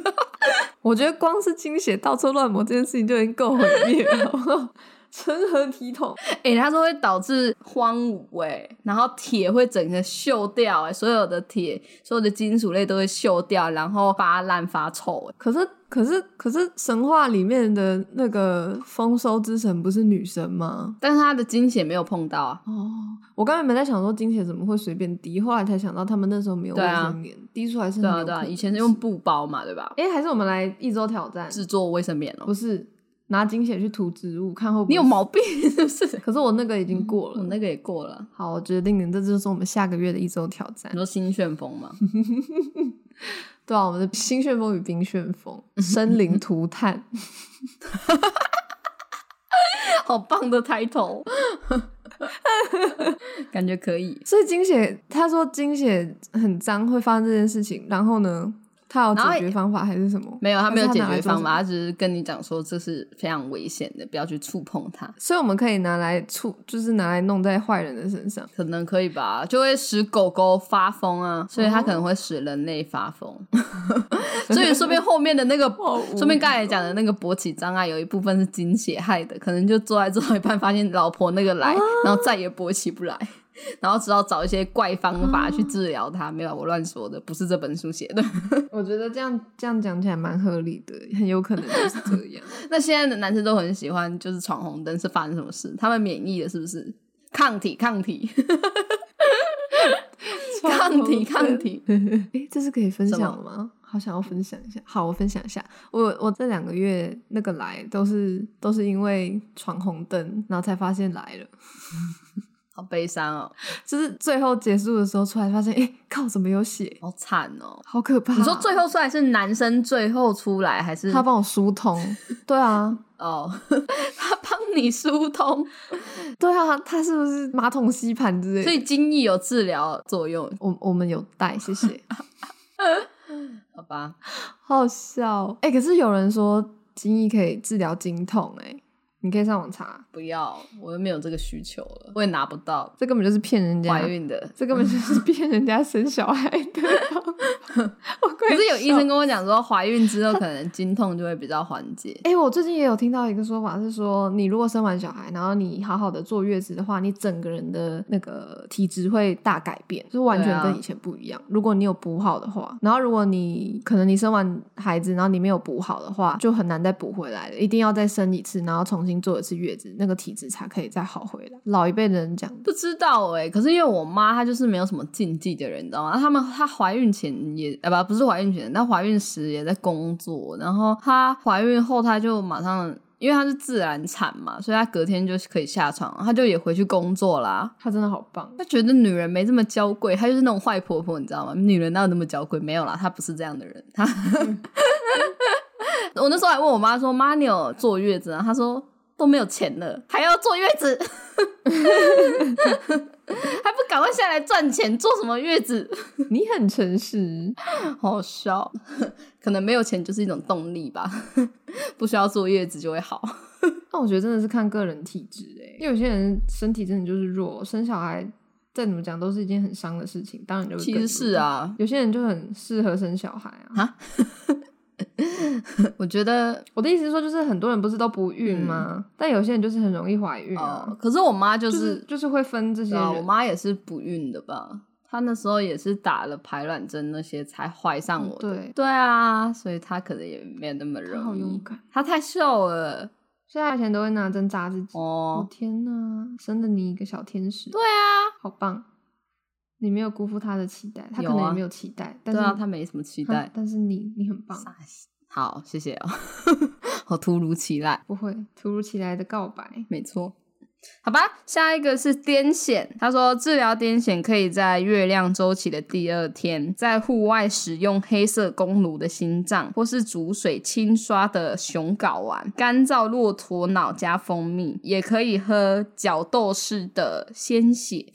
[SPEAKER 1] 我觉得光是精血到处乱抹这件事情就已经够毁灭了，成何体统？
[SPEAKER 2] 哎、他说会导致荒芜，哎，然后铁会整个锈掉，哎，所有的铁，所有的金属类都会锈掉，然后发烂发臭，哎，
[SPEAKER 1] 可是，可是，可是，神话里面的那个丰收之神不是女神吗？
[SPEAKER 2] 但是他的金钱没有碰到啊。
[SPEAKER 1] 哦，我刚才没在想说金钱怎么会随便滴，后来才想到他们那时候没有卫
[SPEAKER 2] 对啊
[SPEAKER 1] 生棉，滴出来是
[SPEAKER 2] 对
[SPEAKER 1] 很嗯
[SPEAKER 2] 啊，
[SPEAKER 1] 有
[SPEAKER 2] 对
[SPEAKER 1] 可
[SPEAKER 2] 啊，
[SPEAKER 1] 能
[SPEAKER 2] 以前是
[SPEAKER 1] 的
[SPEAKER 2] 用
[SPEAKER 1] 事，
[SPEAKER 2] 布包嘛，对吧？
[SPEAKER 1] 哎、还是我们来一周挑战，
[SPEAKER 2] 制作卫生棉哦、
[SPEAKER 1] 不是拿金血去涂植物，看会不会
[SPEAKER 2] 你有
[SPEAKER 1] 死
[SPEAKER 2] 毛病是不是？
[SPEAKER 1] 可是我那个已经过了，
[SPEAKER 2] 我那个也过了。
[SPEAKER 1] 好，我决定了，这就是我们下个月的一周挑战
[SPEAKER 2] 你。说新旋风吗？
[SPEAKER 1] 对啊，我们的新 旋风与冰旋风，生灵涂炭。
[SPEAKER 2] 好棒的 title，感觉可以。
[SPEAKER 1] 所以经血，他说经血很脏会发生这件事情，然后呢，他有
[SPEAKER 2] 然后
[SPEAKER 1] 解决方法还是什么？
[SPEAKER 2] 没有，他没有
[SPEAKER 1] 还是
[SPEAKER 2] 解
[SPEAKER 1] 拿来
[SPEAKER 2] 决
[SPEAKER 1] 做
[SPEAKER 2] 方
[SPEAKER 1] 什么
[SPEAKER 2] 法，他只是跟你讲说这是非常危险的，不要去触碰它。
[SPEAKER 1] 所以我们可以拿来触，就是拿来弄在坏人的身上。
[SPEAKER 2] 可能可以吧，就会使狗狗发疯啊，所以它可能会使人类发疯。 所以说不定后面的那个，
[SPEAKER 1] 好无
[SPEAKER 2] 说不定刚才讲的那个勃起障碍，啊有一部分是经血害的，可能就做爱做到一半，发现老婆那个
[SPEAKER 1] 啊
[SPEAKER 2] 来，然后再也勃起不来， 然后只好找一些怪方法去治疗
[SPEAKER 1] 啊
[SPEAKER 2] 它。没有，啊我乱说的，不是这本书写的。
[SPEAKER 1] 我觉得这样这样讲起来蛮合理的，很有可能就是这样。
[SPEAKER 2] 那现在的男生都很喜欢，就是闯红灯是发生什么事？他们免疫了是不是？抗体，抗体， 抗体，抗 体。
[SPEAKER 1] 哎，这是可以分享
[SPEAKER 2] 什
[SPEAKER 1] 的吗？好想要分享一下。好，我分享一下。我我这两个月那个来都是都是因为闯红灯，然后才发现来了。
[SPEAKER 2] 好悲伤哦，
[SPEAKER 1] 就是最后结束的时候出来发现，哎、靠，怎么有血？
[SPEAKER 2] 好惨哦。
[SPEAKER 1] 好可怕！
[SPEAKER 2] 你说最后出来是男生最后出来，还是
[SPEAKER 1] 嗯他帮我疏通？ 对啊，
[SPEAKER 2] 哦， 他帮你疏通，
[SPEAKER 1] 对啊，他是不是马桶吸盘之类的？
[SPEAKER 2] 所以精液有治疗作用，
[SPEAKER 1] 我我们有带，谢 谢。
[SPEAKER 2] 好吧？
[SPEAKER 1] 好笑哦，哎、可是有人说精液可以治疗经痛、欸，哎，你可以上网查，
[SPEAKER 2] 不要，我又没有这个需求了，我也拿不到
[SPEAKER 1] 这根本就是骗人家
[SPEAKER 2] 怀，孕 的。
[SPEAKER 1] 这根本就是骗人家生小孩的方法。 我
[SPEAKER 2] 可
[SPEAKER 1] 可
[SPEAKER 2] 是有医生跟我讲说，怀孕之后可能经痛就会比较缓解。
[SPEAKER 1] 哎、我最近也有听到一个说法是说，你如果生完小孩，然后你好好的坐月子的话，你整个人的那个体质会大改变，就是完
[SPEAKER 2] 对
[SPEAKER 1] 全
[SPEAKER 2] 啊
[SPEAKER 1] 跟以前不一样。如果你有补好的话，然后如果你可能你生完孩子，然后你没有补好的话，就很难再补回来了，一定要再生一次，然后重新坐一次月子，那个体质才可以再好回来。老一辈的人讲的，
[SPEAKER 2] 不知道哎、可是因为我妈她就是没有什么禁忌的人，你知道吗？她们她怀孕前也啊不不是怀孕前，她怀孕时也在工作，然后她怀孕后她就马上。因为她是自然产嘛，所以她隔天就是可以下床，她就也回去工作啦。
[SPEAKER 1] 他真的好棒，
[SPEAKER 2] 她觉得女人没这么娇贵，她就是那种坏婆婆，你知道吗？女人哪有那么娇贵？没有啦，她不是这样的人。她，
[SPEAKER 1] 嗯
[SPEAKER 2] 我那时候还问我妈说：“妈，你有坐月子啊？”她说：“都没有钱了，还要坐月子。” 还不赶快下来赚钱，坐什么月子？
[SPEAKER 1] 你很诚实，
[SPEAKER 2] 好笑，可能没有钱就是一种动力吧，不需要坐月子就会好。
[SPEAKER 1] 那我觉得真的是看个人体质哎、因为有些人身体真的就是弱，生小孩再怎么讲都是一件很伤的事情，当然就会
[SPEAKER 2] 其
[SPEAKER 1] 更
[SPEAKER 2] 实
[SPEAKER 1] 弱
[SPEAKER 2] 是，啊，
[SPEAKER 1] 有些人就很适合生小孩啊。
[SPEAKER 2] 我觉得
[SPEAKER 1] 我的意思是说，就是很多人不是都不孕吗？但有些人就是很容易怀孕啊，
[SPEAKER 2] 嗯哦，可是我妈就
[SPEAKER 1] 就是是就是会分这些
[SPEAKER 2] 对
[SPEAKER 1] 人。
[SPEAKER 2] 啊，我妈也是不孕的吧？她那时候也是打了排卵针那些才怀上我
[SPEAKER 1] 嗯
[SPEAKER 2] 的。
[SPEAKER 1] 对
[SPEAKER 2] 对啊，所以她可能也没有那么
[SPEAKER 1] 她好
[SPEAKER 2] 容
[SPEAKER 1] 勇
[SPEAKER 2] 易。
[SPEAKER 1] 敢，
[SPEAKER 2] 她太瘦了
[SPEAKER 1] 现在以前都会拿针扎自己。我
[SPEAKER 2] 哦，
[SPEAKER 1] 天呐，生了你一个小天使，
[SPEAKER 2] 对啊，
[SPEAKER 1] 好棒！你没有辜负他的期待，他
[SPEAKER 2] 有
[SPEAKER 1] 可能
[SPEAKER 2] 啊
[SPEAKER 1] 也没有期待，但
[SPEAKER 2] 对
[SPEAKER 1] 是
[SPEAKER 2] 啊，她没什么期
[SPEAKER 1] 期
[SPEAKER 2] 待。
[SPEAKER 1] 但是你你很棒，
[SPEAKER 2] 好，谢谢哦， 好突如其来。
[SPEAKER 1] 不会突如其来的告白。
[SPEAKER 2] 没错。好吧，下一个是癫痫。他说，治疗癫痫可以在月亮周期的第二天，在户外使用黑色公炉的心脏，或是煮水轻刷的熊睾丸、干燥骆驼脑加蜂蜜，也可以喝角斗士的鲜血。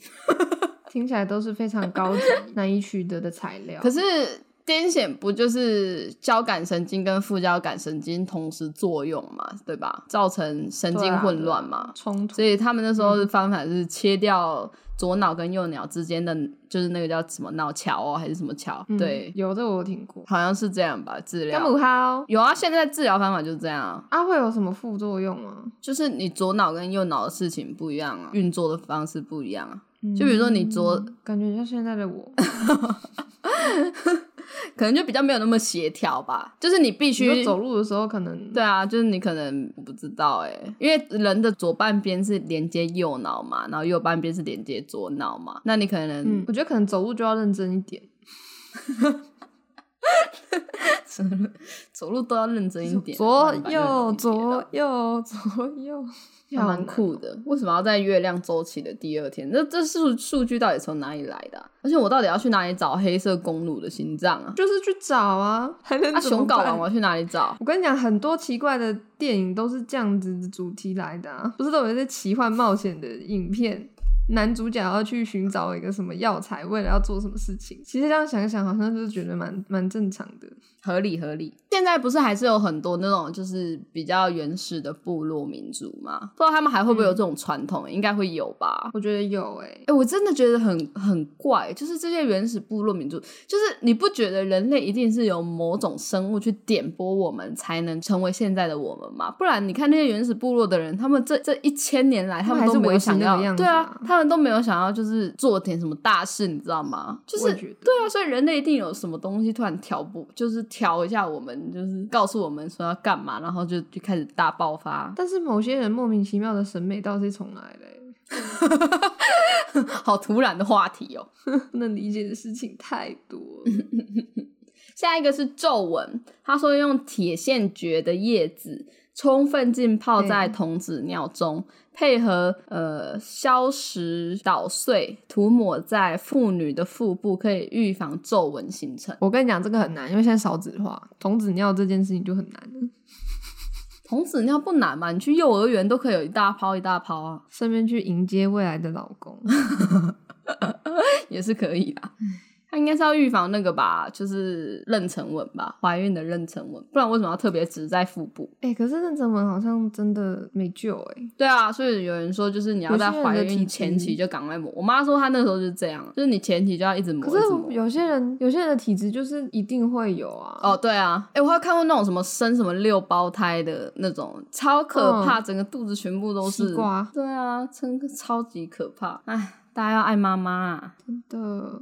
[SPEAKER 1] 听起来都是非常 高级、难以取得的材料。
[SPEAKER 2] 可是癫痫不就是交感神经跟副交感神经同时作用嘛，对吧？造成神
[SPEAKER 1] 对
[SPEAKER 2] 经
[SPEAKER 1] 啊
[SPEAKER 2] 混乱嘛。
[SPEAKER 1] 冲突
[SPEAKER 2] 所以他们那时候的方法是切掉左脑跟右脑之间的，就是那个叫什么脑桥哦，还是什么桥？
[SPEAKER 1] 嗯
[SPEAKER 2] 对，
[SPEAKER 1] 有这我有听过。
[SPEAKER 2] 好像是这样吧，治
[SPEAKER 1] 跟
[SPEAKER 2] 疗。
[SPEAKER 1] 母哈
[SPEAKER 2] 有啊，现在治疗方法就是这样啊，
[SPEAKER 1] 啊会有什么副作用吗？
[SPEAKER 2] 就是你左脑跟右脑的事情不一样啊，运作的方式不一样啊。就比如说你昨
[SPEAKER 1] 嗯感觉像现在的我，
[SPEAKER 2] 可能就比较没有那么协调吧，就是你必
[SPEAKER 1] 你
[SPEAKER 2] 须
[SPEAKER 1] 说走路的时候可能
[SPEAKER 2] 对啊，就是你可能不知道哎、因为人的左半边是连接右脑嘛，然后右半边是连接左脑嘛，那你可
[SPEAKER 1] 嗯
[SPEAKER 2] 能、
[SPEAKER 1] 嗯，我觉得可能走路就要认真一点。
[SPEAKER 2] 走路都要认真一点，
[SPEAKER 1] 左
[SPEAKER 2] 不然把那个
[SPEAKER 1] 右
[SPEAKER 2] 东西跌
[SPEAKER 1] 左
[SPEAKER 2] 倒
[SPEAKER 1] 右左右，
[SPEAKER 2] 还蛮酷的。为什么要在月亮周期的第二天？那这数数据到底从哪里来的啊、而且我到底要去哪里找黑色公路的心脏啊？
[SPEAKER 1] 就是去找啊，还能
[SPEAKER 2] 啊，
[SPEAKER 1] 怎么
[SPEAKER 2] 熊睾
[SPEAKER 1] 办
[SPEAKER 2] 丸我要去哪里找？
[SPEAKER 1] 我跟你讲，很多奇怪的电影都是这样子的主题来的、啊，不是都有一些奇幻冒险的影片，男主角要去寻找一个什么药材，为了要做什么事情。其实这样想一想，好像就是觉得蛮蛮正常的。
[SPEAKER 2] 合理合理。现在不是还是有很多那种就是比较原始的部落民族嘛？不知道他们还会不会有
[SPEAKER 1] 嗯
[SPEAKER 2] 这种传统、应该会有吧。
[SPEAKER 1] 我觉得有欸诶、
[SPEAKER 2] 哎、我真的觉得很很怪，就是这些原始部落民族，就是你不觉得人类一定是有某种生物去点拨我们，才能成为现在的我们吗？不然你看那些原始部落的人，他们这这一千年来，
[SPEAKER 1] 他
[SPEAKER 2] 他
[SPEAKER 1] 们
[SPEAKER 2] 们都
[SPEAKER 1] 还是
[SPEAKER 2] 没有
[SPEAKER 1] 维持
[SPEAKER 2] 想
[SPEAKER 1] 那个
[SPEAKER 2] 要，
[SPEAKER 1] 样子
[SPEAKER 2] 对啊
[SPEAKER 1] 啊，
[SPEAKER 2] 他们都没有想要就是做点什么大事，你知道吗？就是
[SPEAKER 1] 我也觉得
[SPEAKER 2] 对啊，所以人类一定有什么东西突然调不，就是调一下我们，就是告诉我们说要干嘛，然后就就开始大爆发，
[SPEAKER 1] 但是某些人莫名其妙的审美到底是从哪来的、欸？
[SPEAKER 2] 好突然的话题哦、
[SPEAKER 1] 不能理解的事情太多了。
[SPEAKER 2] 下一个是皱纹，他说用铁线蕨的叶子充分浸泡在
[SPEAKER 1] 嗯
[SPEAKER 2] 童子尿中，配合呃消食捣碎，涂抹在妇女的腹部，可以预防皱纹形成。
[SPEAKER 1] 我跟你讲，这个很难，因为现在少子化，童子尿这件事情就很难了。
[SPEAKER 2] 童子尿不难嘛，你去幼儿园都可以有一大泡一大泡啊，
[SPEAKER 1] 顺便去迎接未来的老公，
[SPEAKER 2] 也是可以啦。他应该是要预防那个吧，就是妊娠纹吧，怀孕的妊娠纹，不然为什么要特别指在腹部？
[SPEAKER 1] 哎、可是任正文好像真的没救哎、
[SPEAKER 2] 对啊，所以有人说，就是你要
[SPEAKER 1] 有
[SPEAKER 2] 在
[SPEAKER 1] 些人
[SPEAKER 2] 怀
[SPEAKER 1] 的体
[SPEAKER 2] 孕前期
[SPEAKER 1] 质
[SPEAKER 2] 就赶快抹。我妈说她那个时候就是这样，啊就是你前期就要一直抹，
[SPEAKER 1] 可
[SPEAKER 2] 一直抹
[SPEAKER 1] 是。有些人，有些人的体质就是一定会有啊。
[SPEAKER 2] 哦，，对啊，哎、我还有看过那种什么生什么六胞胎的那种，超可怕，整个肚子全部都是
[SPEAKER 1] 嗯西瓜
[SPEAKER 2] 对啊，真的超级可怕。哎，大家要爱妈妈、啊。
[SPEAKER 1] 真的。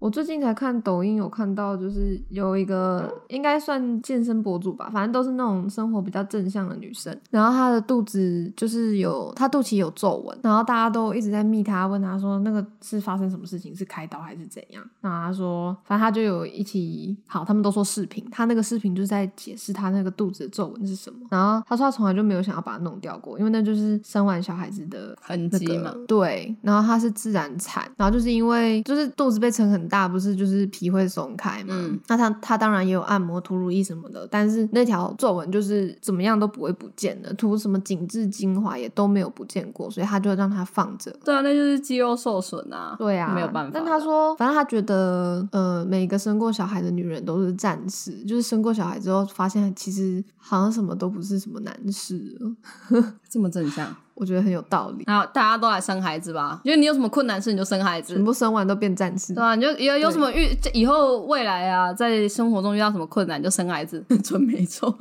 [SPEAKER 1] 我最近才看抖音，有看到就是有一个应该算健身博主吧，反正都是那种生活比较正向的女生。然后她的肚子就是有，她肚脐有皱纹，然后大家都一直在密她，问她说那个是发生什么事情，是开刀还是怎样？然后她说，反正她就有一起，好，他们都说视频，她那个视频就是在解释她那个肚子的皱纹是什么。然后她说她从来就没有想要把它弄掉过，因为那就是生完小孩子的
[SPEAKER 2] 痕
[SPEAKER 1] 那
[SPEAKER 2] 迹
[SPEAKER 1] 个
[SPEAKER 2] 嘛
[SPEAKER 1] 对，然后它是自然产，然后就是因为就是肚子被撑很大，不是就是皮会松开嘛。
[SPEAKER 2] 嗯
[SPEAKER 1] 那它它当然也有按摩、涂乳液什么的，但是那条皱纹就是怎么样都不会不见的，涂什么紧致精华也都没有不见过，所以他就让它放着。
[SPEAKER 2] 对啊，那就是肌肉受损啊。
[SPEAKER 1] 对啊，
[SPEAKER 2] 没有办法的。
[SPEAKER 1] 但他说，反正他觉得，呃，每个生过小孩的女人都是战士，就是生过小孩之后，发现其实好像什么都不是什么难事了，
[SPEAKER 2] 这么正向，
[SPEAKER 1] 我觉得很有道 理。
[SPEAKER 2] 然后大家都来生孩子吧，因为你有什么困难事你就生孩子，
[SPEAKER 1] 全部生完都变战士，
[SPEAKER 2] 对啊，你就有有
[SPEAKER 1] 对
[SPEAKER 2] 什么遇以后未来啊，在生活中遇到什么困难，你就生孩子， 准没错。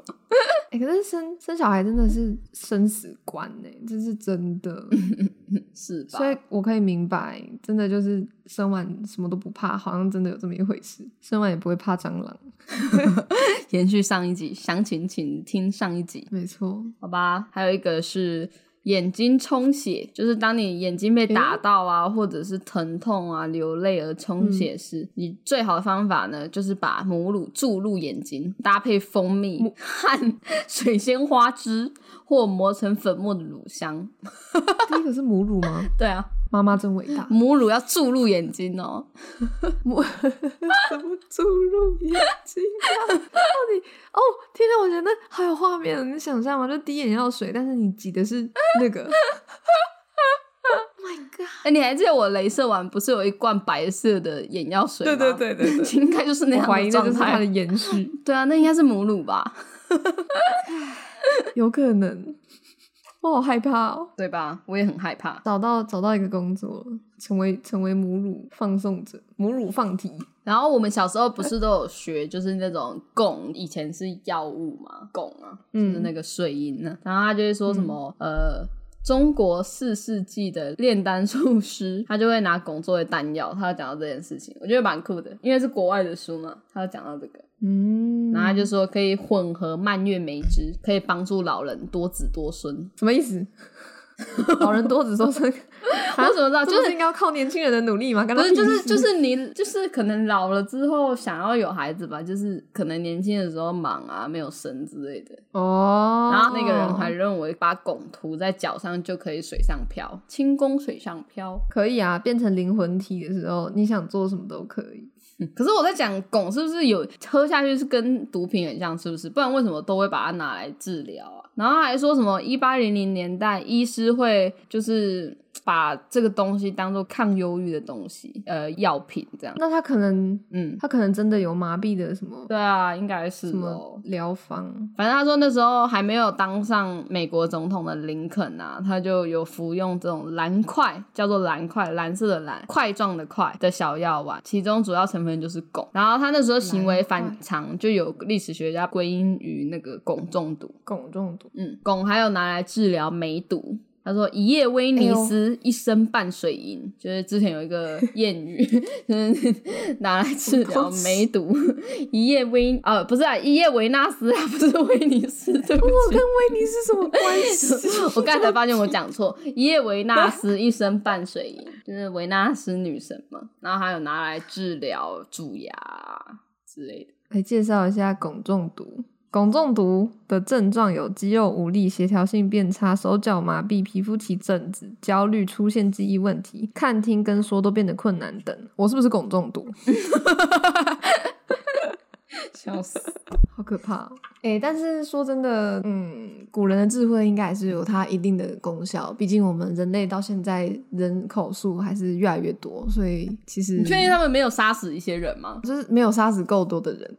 [SPEAKER 1] 哎、可是生生小孩真的是生死关呢、这是真的。
[SPEAKER 2] 是吧？
[SPEAKER 1] 所以我可以明白，真的就是生完什么都不怕，好像真的有这么一回事。生完也不会怕蟑螂，
[SPEAKER 2] 延续上一集，详情请听上一集，
[SPEAKER 1] 没错。
[SPEAKER 2] 好吧？还有一个是。眼睛充血，就是当你眼睛被打到啊，或者是疼痛啊、流泪而充血时，你最好的方法呢，就是把母乳注入眼睛，搭配蜂蜜和水仙花汁，或磨成粉末的乳香。
[SPEAKER 1] 第一个是母乳吗？
[SPEAKER 2] 对啊，
[SPEAKER 1] 妈妈真伟大，
[SPEAKER 2] 母乳要注入眼睛哦、
[SPEAKER 1] 母怎么注入眼睛啊？ 到底哦，天哪！我觉得还有画面哦了，你想象吗？就滴眼药水，但是你挤的是那个，
[SPEAKER 2] 哎、你还记得我镭射完不是有一罐白色的眼药水吗？
[SPEAKER 1] 对对
[SPEAKER 2] 对， 应该就是那
[SPEAKER 1] 我
[SPEAKER 2] 样
[SPEAKER 1] 怀疑
[SPEAKER 2] 的
[SPEAKER 1] 那就
[SPEAKER 2] 状
[SPEAKER 1] 是它的
[SPEAKER 2] 态。
[SPEAKER 1] 延 续，
[SPEAKER 2] 对啊，那应该是母乳 吧？
[SPEAKER 1] 有可能。 我好害怕哦。
[SPEAKER 2] 对吧？我也很害怕。
[SPEAKER 1] 找到找到一个工作了，成为成为母乳放送者，母乳放题。
[SPEAKER 2] 然后我们小时候不是都有学，就是那种汞，以前是药物嘛，汞啊，
[SPEAKER 1] 嗯
[SPEAKER 2] 就是那个水银呢、然后他就会说什么、呃。中国四世纪的炼丹术师，他就会拿汞作为丹药，他有讲到这件事情，我觉得蛮酷的，因为是国外的书嘛，他有讲到这个。
[SPEAKER 1] 嗯
[SPEAKER 2] 然后他就说 可以混合蔓越莓汁，可以帮助老人多子多孙。
[SPEAKER 1] 什么意思？老人多子说这个，
[SPEAKER 2] 我怎么知
[SPEAKER 1] 这
[SPEAKER 2] 道？啊就
[SPEAKER 1] 不
[SPEAKER 2] 是
[SPEAKER 1] 是应该要靠年轻人的努力吗？跟
[SPEAKER 2] 不
[SPEAKER 1] 他
[SPEAKER 2] 是，就是
[SPEAKER 1] 比
[SPEAKER 2] 就是你就是可能老了之后想要有孩子吧，就是可能年轻的时候忙啊，没有生之类的。
[SPEAKER 1] 哦，
[SPEAKER 2] 然后那个人还认为把汞涂在脚上就可以水上漂，轻功水上漂。
[SPEAKER 1] 可以啊，变成灵魂体的时候，你想做什么都可以。
[SPEAKER 2] 可是我在讲汞是不是有喝下去是跟毒品很像，是不是？不然为什么都会把它拿来治疗啊？然后还说什么一八零零年代医师会就是把这个东西当做抗忧郁的东西，呃，药品这样。
[SPEAKER 1] 那他可能，
[SPEAKER 2] 嗯，
[SPEAKER 1] 他可能真的有麻痹的什么
[SPEAKER 2] 对啊，应该是
[SPEAKER 1] 什
[SPEAKER 2] 咯
[SPEAKER 1] 么疗方，
[SPEAKER 2] 反正他说那时候还没有当上美国总统的林肯啊，他就有服用这种蓝块，叫做蓝块，蓝色的蓝，块状的块的小药丸，其中主要成分就是汞。然后他那时候行为反常，就有历史学家归因于那个汞中毒。
[SPEAKER 1] 汞中毒。
[SPEAKER 2] 嗯，汞还有拿来治疗梅毒。他说：“一夜威尼斯，一生伴水银。”就是之前有一 个谚语，就是拿来治疗梅毒。一夜威呃，不是啊，一夜维纳斯啊，不是威尼 斯，对不
[SPEAKER 1] 我跟，
[SPEAKER 2] 起
[SPEAKER 1] 威尼斯什么关 系？
[SPEAKER 2] 我刚才发现我讲 错，一夜维纳斯，一生伴水银，就是维纳斯女神嘛。然后还有拿来治疗蛀牙之类的。
[SPEAKER 1] 来介绍一下汞中毒。汞中毒的症状有肌肉无力、协调性变差、手脚麻痹、皮肤起疹子、焦虑、出现记忆问题、看、听跟说都变得困难等。我是不是汞中毒？
[SPEAKER 2] 笑死！
[SPEAKER 1] 好可怕、哦！哎、但是说真的，嗯，古人的智慧应该还是有它一定的功效。毕竟我们人类到现在人口数还是越来越多，所以其实
[SPEAKER 2] 你确定他们没有杀死一些人吗？
[SPEAKER 1] 就是没有杀死够多的人。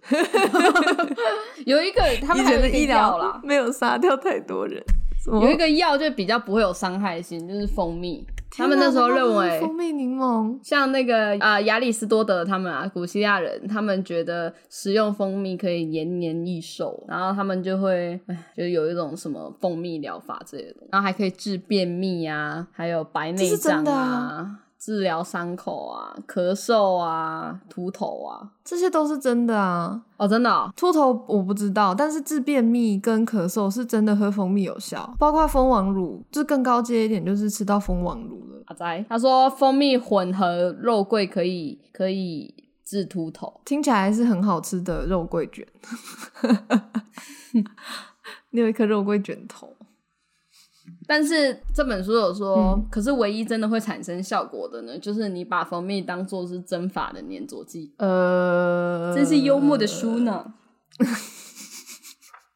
[SPEAKER 2] 有一个，他们还有一个药啦，
[SPEAKER 1] 没有杀掉太多人。
[SPEAKER 2] 有一个药就比较不会有伤害性，就是蜂蜜。他们那时候认为，
[SPEAKER 1] 啊蜂蜜柠檬
[SPEAKER 2] 像那个呃亚里士多德他们啊，古希腊人，他们觉得食用蜂蜜可以延年益寿，然后他们就会唉就是有一种什么蜂蜜疗法之类的东西，然后还可以治便秘啊，还有白内
[SPEAKER 1] 这是
[SPEAKER 2] 障
[SPEAKER 1] 真的
[SPEAKER 2] 啊。治疗伤口啊，咳嗽啊，秃头啊，
[SPEAKER 1] 这些都是真的啊。
[SPEAKER 2] 哦，真的、哦，
[SPEAKER 1] 秃头我不知道，但是治便秘跟咳嗽是真的喝蜂蜜有效，包括蜂王乳，就更高阶一点，就是吃到蜂王乳了。
[SPEAKER 2] 阿仔，他说蜂蜜混合肉桂可以可以治秃头，
[SPEAKER 1] 听起来是很好吃的肉桂卷。 你有一颗肉桂卷头，
[SPEAKER 2] 但是这本书有说，
[SPEAKER 1] 嗯
[SPEAKER 2] 可是唯一真的会产生效果的呢，就是你把蜂蜜当做是蒸发的粘着剂。
[SPEAKER 1] 呃，
[SPEAKER 2] 真是幽默的书。呢，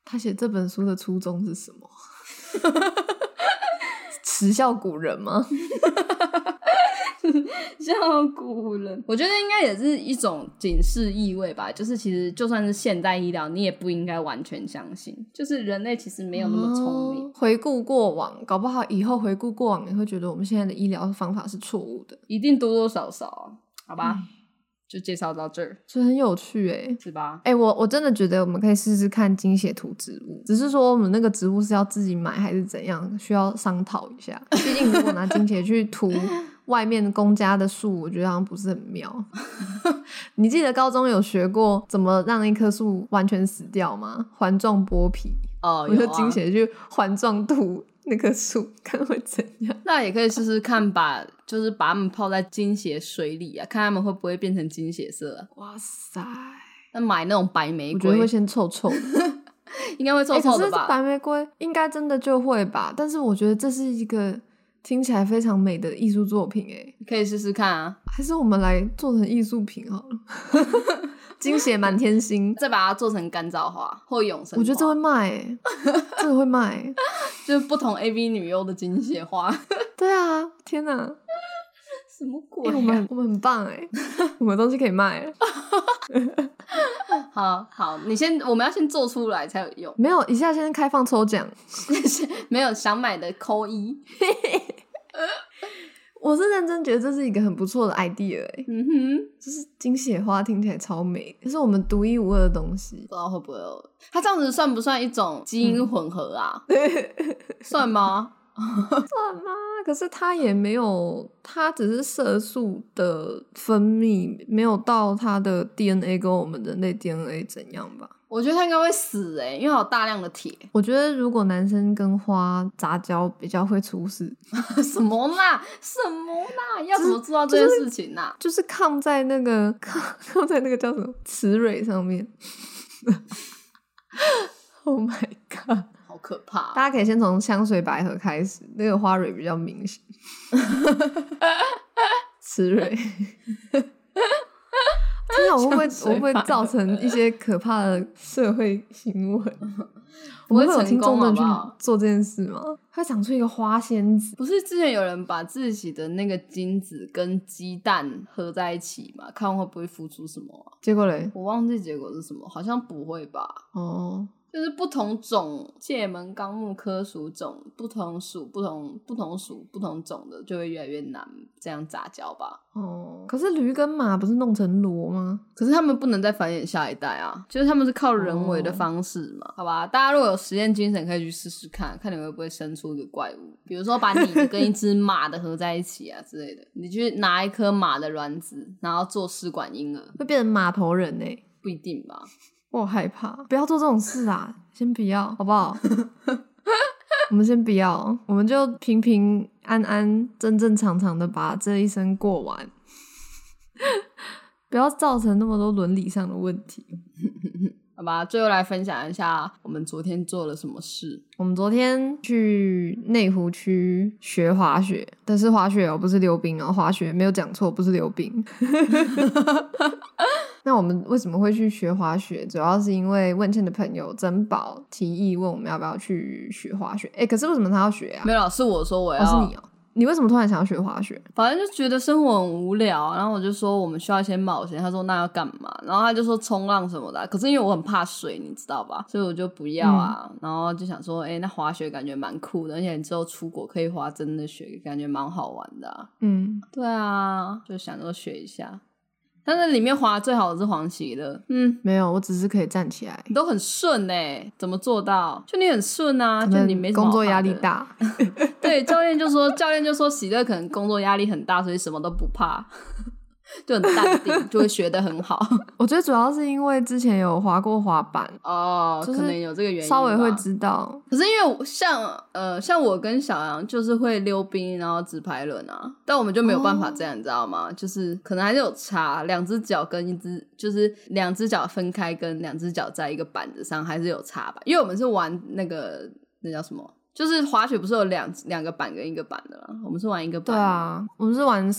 [SPEAKER 1] 他写这本书的初衷是什么？ 耻笑古人吗？
[SPEAKER 2] 笑古人。我觉得应该也是一种警示意味吧，就是其实就算是现代医疗，你也不应该完全相信，就是人类其实没有那么聪明，
[SPEAKER 1] 哦回顾过往，搞不好以后回顾过往，你会觉得我们现在的医疗方法是错误的，
[SPEAKER 2] 一定多多少少啊，好吧，
[SPEAKER 1] 嗯
[SPEAKER 2] 就介绍到这儿，
[SPEAKER 1] 所以很有趣诶、
[SPEAKER 2] 是吧？
[SPEAKER 1] 哎、我我真的觉得我们可以试试看精血图植物，只是说我们那个植物是要自己买还是怎样，需要商讨一下。毕竟如果拿精血去涂外面公家的树，我觉得好像不是很 妙。你记得高中有学过怎么让一棵树完全死掉吗？环状剥皮，
[SPEAKER 2] 哦，
[SPEAKER 1] 我就
[SPEAKER 2] 有啊
[SPEAKER 1] 精血去环状涂那棵树，看会怎样。
[SPEAKER 2] 那也可以试试看把，就是把它们泡在金血水里啊，看它们会不会变成金血色、啊。
[SPEAKER 1] 哇塞！
[SPEAKER 2] 那买那种白玫
[SPEAKER 1] 我觉得
[SPEAKER 2] 瑰
[SPEAKER 1] 会，先臭臭 的，
[SPEAKER 2] 应该会臭
[SPEAKER 1] 欸
[SPEAKER 2] 臭
[SPEAKER 1] 可
[SPEAKER 2] 的
[SPEAKER 1] 是
[SPEAKER 2] 吧？
[SPEAKER 1] 白玫瑰应该真的就会吧？但是我觉得这是一个听起来非常美的艺术作品，哎，
[SPEAKER 2] 可以试试看啊，
[SPEAKER 1] 还是我们来做成艺术品好了。 精血满天 星，
[SPEAKER 2] 再把它做成干燥花或永生花。
[SPEAKER 1] 我觉得这会卖、欸， 这个会卖、欸。
[SPEAKER 2] 就是不同 A V 女优的金血花，
[SPEAKER 1] 对啊，天哪！
[SPEAKER 2] 什么鬼、
[SPEAKER 1] 欸、
[SPEAKER 2] 啊？
[SPEAKER 1] 我们我们很棒哎、我们的东西可以卖欸。
[SPEAKER 2] 啊好好，你先，我们要先做出来才有用。
[SPEAKER 1] 没有，一下先开放抽奖。
[SPEAKER 2] 没有想买的扣一。
[SPEAKER 1] 我是认真觉得这是一个很不错的 idea 哎、
[SPEAKER 2] 嗯哼，
[SPEAKER 1] 就是精血花听起来超美，这是我们独一无二的东西
[SPEAKER 2] 不。知道会不会有？它这样子算不算一种基因
[SPEAKER 1] 嗯
[SPEAKER 2] 混 合啊？算吗？
[SPEAKER 1] 算吗？啊可是它也没有，它只是色素的分泌没有到它的 DNA 跟我们人类 DNA 怎样吧？
[SPEAKER 2] 我觉得他应该会死哎、因为它有大量的铁。
[SPEAKER 1] 我觉得如果男生跟花杂交比较会出事，
[SPEAKER 2] 什么啦？什么啦？要怎么做到这件事情啊呐、
[SPEAKER 1] 就是抗在那个抗抗在那个叫什么雌蕊上面。oh my god！
[SPEAKER 2] 好可怕、啊
[SPEAKER 1] 大家可以先从香水百合开始，那个花蕊比较明 显。雌蕊，天啊，我会不会
[SPEAKER 2] 香
[SPEAKER 1] 我
[SPEAKER 2] 水
[SPEAKER 1] 会不会
[SPEAKER 2] 百合
[SPEAKER 1] 造成一些可怕的社会新闻？
[SPEAKER 2] 不
[SPEAKER 1] 我
[SPEAKER 2] 会
[SPEAKER 1] 们有听
[SPEAKER 2] 成
[SPEAKER 1] 众
[SPEAKER 2] 功
[SPEAKER 1] 们去
[SPEAKER 2] 好不好
[SPEAKER 1] 做这件事吗？会长出一个花仙子，
[SPEAKER 2] 不是之前有人把自己的那个精子跟鸡蛋合在一起嘛，看会不会孵出什么啊、
[SPEAKER 1] 结果嘞，
[SPEAKER 2] 我忘记结果是什么，好像不会吧？
[SPEAKER 1] 哦，
[SPEAKER 2] 就是不同种界门纲目科属种，不同属不同不同属不同种的就会越来越难这样杂交吧。
[SPEAKER 1] 哦，可是驴跟马不是弄成骡吗？
[SPEAKER 2] 可是他们不能再繁衍下一代啊，就是他们是靠人为的方式嘛，好吧？大家如果有实验精神，可以去试试看，看你会不会生出一个怪物，比如说把你的跟一只马的合在一起啊之类的，你去拿一颗马的卵子，然后做试管婴儿，
[SPEAKER 1] 会变成码头人呢、欸
[SPEAKER 2] 不一定吧？
[SPEAKER 1] 我好害怕，不要做这种事啊！先不要，好不好？ 我们先不要，我们就平平安安、正正常常的把这一生过完， 不要造成那么多伦理上的问题。
[SPEAKER 2] 好吧，最后来分享一下我们昨天做了什么事。
[SPEAKER 1] 我们昨天去内湖区学滑雪，但是滑雪哦，不是溜冰哦，滑雪没有讲错，不是溜冰。 那我们为什么会去学滑雪？主要是因为问倩的朋友珍宝提议问我们要不要去学滑雪。哎、可是为什么他要学啊？
[SPEAKER 2] 没有，是我说我要，
[SPEAKER 1] 哦，是你哦。你为什么突然想要学滑雪？
[SPEAKER 2] 反正就觉得生活很无聊，然后我就说我们需要一些冒险。他说那要干嘛？然后他就说冲浪什么的啊。可是因为我很怕水，你知道吧？所以我就不要啊。
[SPEAKER 1] 嗯
[SPEAKER 2] 然后就想说，哎、那滑雪感觉蛮酷的，而且你之后出国可以滑真的雪，感觉蛮好玩的、啊。
[SPEAKER 1] 嗯，
[SPEAKER 2] 对啊，就想说学一下。但是里面滑最好的是黄喜乐，嗯，
[SPEAKER 1] 没有，我只是可以站起来，
[SPEAKER 2] 你都很顺哎、怎么做到？就你很顺啊，
[SPEAKER 1] 可
[SPEAKER 2] 就
[SPEAKER 1] 能
[SPEAKER 2] 你没什么
[SPEAKER 1] 工作
[SPEAKER 2] 好
[SPEAKER 1] 压
[SPEAKER 2] 怕的
[SPEAKER 1] 力。大。
[SPEAKER 2] 对，教练就说，教练就说，喜乐可能工作压力很大，所以什么都不怕，就很淡定，就会学得很好。
[SPEAKER 1] 我觉得主要是因为之前有滑过滑板，
[SPEAKER 2] 哦，
[SPEAKER 1] 就是
[SPEAKER 2] 可能有这个原因，
[SPEAKER 1] 稍微会。知道。
[SPEAKER 2] 可是因为我像呃像我跟小杨就是会溜冰，然后直排轮啊，但我们就没有
[SPEAKER 1] 哦
[SPEAKER 2] 办法这样，你知道吗？就是可能还是有差，两只脚跟一只就是两只脚分开跟两只脚在一个板子上还是有差吧，因为我们是玩那个那叫什么，就是滑雪不是有两两个板跟一个板的啦，我们是玩一个
[SPEAKER 1] 对
[SPEAKER 2] 板的
[SPEAKER 1] 啊，我们是玩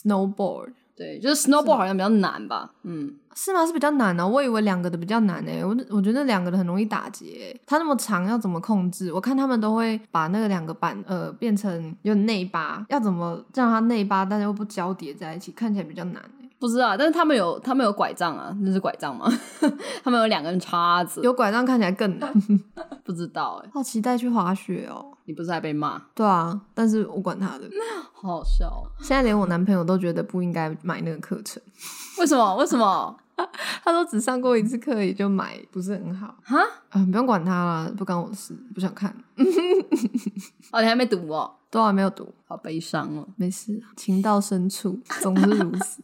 [SPEAKER 1] snowboard，
[SPEAKER 2] 对，就是 snowboard 好像比较难吧，嗯，
[SPEAKER 1] 是吗？是比较难的、我以为两个的比较难诶、我我觉得两个的很容易打结、它那么长要怎么控制？我看他们都会把那个两个板呃变成有点内八，要怎么让它内八，但是又不交叠在一起，看起来比较难、欸。
[SPEAKER 2] 不知道，但是他们有他们有拐杖啊，那是拐杖吗？ 他们有两根叉子，
[SPEAKER 1] 有拐杖看起来更难，
[SPEAKER 2] 不知道哎、
[SPEAKER 1] 好期待去滑雪哦。
[SPEAKER 2] 你不是还被骂，
[SPEAKER 1] 对啊，但是我管他的，
[SPEAKER 2] 好好笑哦、
[SPEAKER 1] 现在连我男朋友都觉得不应该买那个课程，
[SPEAKER 2] 为什么？为什么？
[SPEAKER 1] 他说只上过一次课也就买，不是很好。
[SPEAKER 2] 哈？
[SPEAKER 1] 嗯、不用管他啦，不干我的事，不想看，
[SPEAKER 2] 哦，你还没读哦，
[SPEAKER 1] 都还没有读，
[SPEAKER 2] 好悲伤哦，
[SPEAKER 1] 没事，情到深 处总是如此。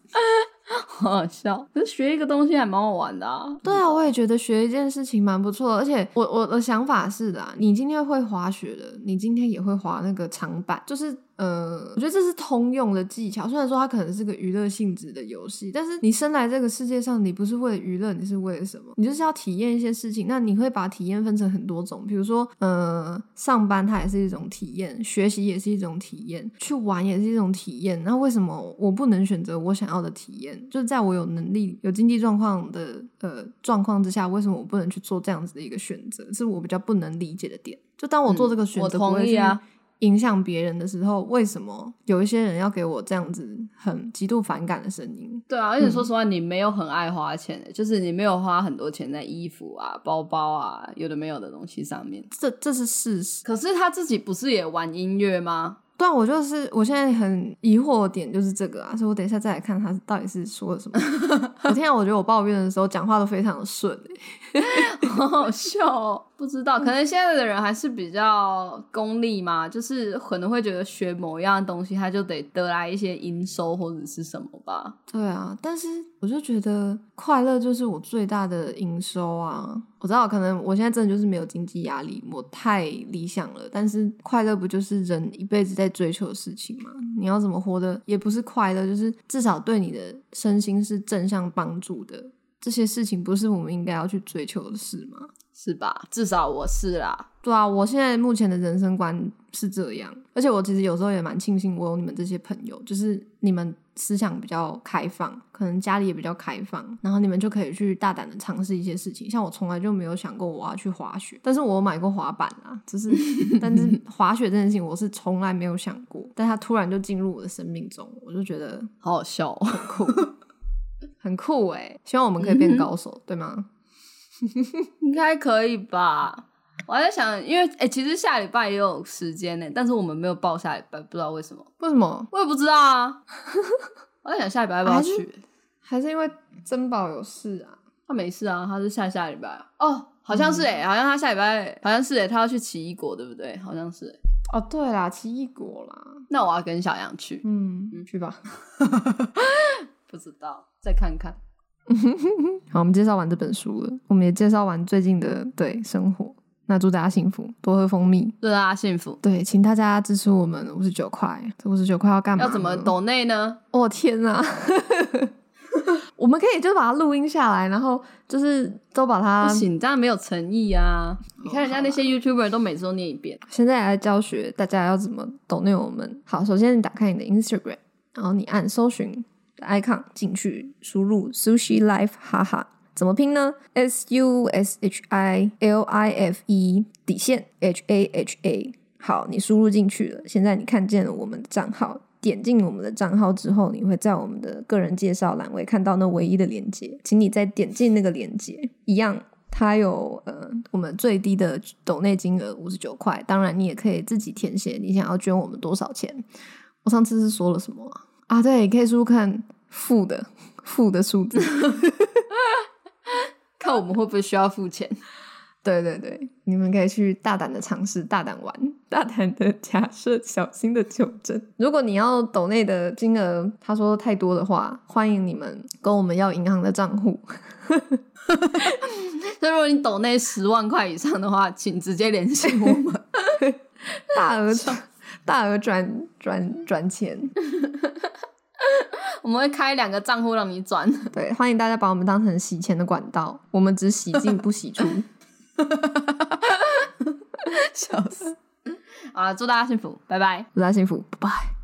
[SPEAKER 2] 好好笑。可是学一个东西还蛮好玩的啊。
[SPEAKER 1] 对啊，我也觉得学一件事情蛮不错的，而且我我的想法是啦，你今天会滑雪的，你今天也会滑那个长板，就是呃，我觉得这是通用的技巧。虽然说它可能是个娱乐性质的游戏，但是你生来这个世界上，你不是为了娱乐，你是为了什么？你就是要体验一些事情。那你会把体验分成很多种，比如说呃，上班它也是一种体验，学习也是一种体验，去玩也是一种体验。那为什么我不能选择我想要的体验？就是在我有能力、有经济状况的呃状况之下，为什么我不能去做这样子的一个选择？是我比较不能理解的点。就当我做这个选
[SPEAKER 2] 嗯我
[SPEAKER 1] 择，
[SPEAKER 2] 同
[SPEAKER 1] 不会
[SPEAKER 2] 意
[SPEAKER 1] 去
[SPEAKER 2] 啊
[SPEAKER 1] 影响别人的时候，为什么有一些人要给我这样子很极度反感的声音？
[SPEAKER 2] 对啊，而且说实话，你没有很爱花钱、欸，就是你没有花很多钱在衣服啊、包包啊、有的没有的东西上面。
[SPEAKER 1] 这这是事实。
[SPEAKER 2] 可是他自己不是也玩音乐吗？
[SPEAKER 1] 对啊，我就是我现在很疑惑的点就是这个啊，所以我等一下再来看他到底是说了什 么。我天啊，我觉得我抱怨的时候讲话都非常的顺、欸，
[SPEAKER 2] 好好笑哦！不知道，可能现在的人还是比较功利嘛，就是可能会觉得学某一样东西，他就得得来一些营收或者是什么吧。
[SPEAKER 1] 对啊，但是我就觉得快乐就是我最大的营收啊。我知道，可能我现在真的就是没有经济压力，我太理想了。但是快乐不就是人一辈子在追求的事情吗？你要怎么活的，也不是快乐，就是至少对你的身心是正向帮助的。这些事情不是我们应该要去追求的事吗？
[SPEAKER 2] 是吧？至少我是啦。
[SPEAKER 1] 对啊，我现在目前的人生观是这样，而且我其实有时候也蛮庆幸我有你们这些朋友，就是你们思想比较开放，可能家里也比较开放，然后你们就可以去大胆的尝试一些事情。像我从来就没有想过我要去滑雪，但是我有买过滑板啊，只 是但是滑雪这件事情我是从来没有想过，但它突然就进入我的生命中，我就觉得
[SPEAKER 2] 好好笑、哦，
[SPEAKER 1] 很酷，很酷哎、希望我们可以变高手，对吗？
[SPEAKER 2] 应该可以吧？我还在想，因为哎、欸其实下礼拜也有时间呢、但是我们没有报下礼拜，不知道为什么，
[SPEAKER 1] 为什么？
[SPEAKER 2] 我也不知道啊。我在想下礼拜要不要
[SPEAKER 1] 还是
[SPEAKER 2] 去？
[SPEAKER 1] 还是因为珍宝有事啊？
[SPEAKER 2] 他没事啊，他是下下礼拜啊哦，好像是哎、好像他下礼拜好像是哎、他要去奇异果对不对？好像是哎、
[SPEAKER 1] 哦，对啦，奇异果啦，
[SPEAKER 2] 那我要跟小杨去，
[SPEAKER 1] 嗯，去 吧。
[SPEAKER 2] 不知道再看看。
[SPEAKER 1] 好，我们介绍完这本书了，我们也介绍完最近的对生活。那祝大家幸福，多喝蜂蜜。
[SPEAKER 2] 祝大家啊幸福。
[SPEAKER 1] 对，请大家支持我们五十九块，这五十九块要干嘛？
[SPEAKER 2] 要怎么？抖内呢？
[SPEAKER 1] 我、哦天 哪！我们可以就把它录音下来，然后就是都把它
[SPEAKER 2] 不。行，这样没有诚意啊！你看人家那些 YouTuber 都每次都念一遍，
[SPEAKER 1] 现在来教学大家要怎么抖内我们。好，首先你打开你的 Instagram，然后你按搜寻的 icon 进去，输入 sushi life 哈哈，怎么拼呢？S U S H I L I F E 底线 H A H A。好，你输入进去了，现在你看见了我们的账号。点进我们的账号之后，你会在我们的个人介绍栏位看到那唯一的连接，请你再点进那个连接，一样它有呃我们最低的抖内金额五十九块，当然你也可以自己填写你想要捐我们多少钱。我上次是说了什么啊？啊对，可以输入看负的 负的数字。
[SPEAKER 2] 看我们会不会需要付钱。
[SPEAKER 1] 对对对，你们可以去大胆的尝试，大胆玩， 大胆的假设，小心的求证。如果你要抖内的金额，他说太多的话，欢迎你们跟我们要银行的账户。
[SPEAKER 2] 所以如果你抖内十万块以上的话，请直接联系我们。
[SPEAKER 1] 大额转大额转转转钱。
[SPEAKER 2] 我们会开两个账户让你转。
[SPEAKER 1] 对，欢迎大家把我们当成洗钱的管道，我们只洗进不洗出。
[SPEAKER 2] 笑死！啊，祝大家幸福，拜拜。
[SPEAKER 1] 祝大家幸福，拜拜。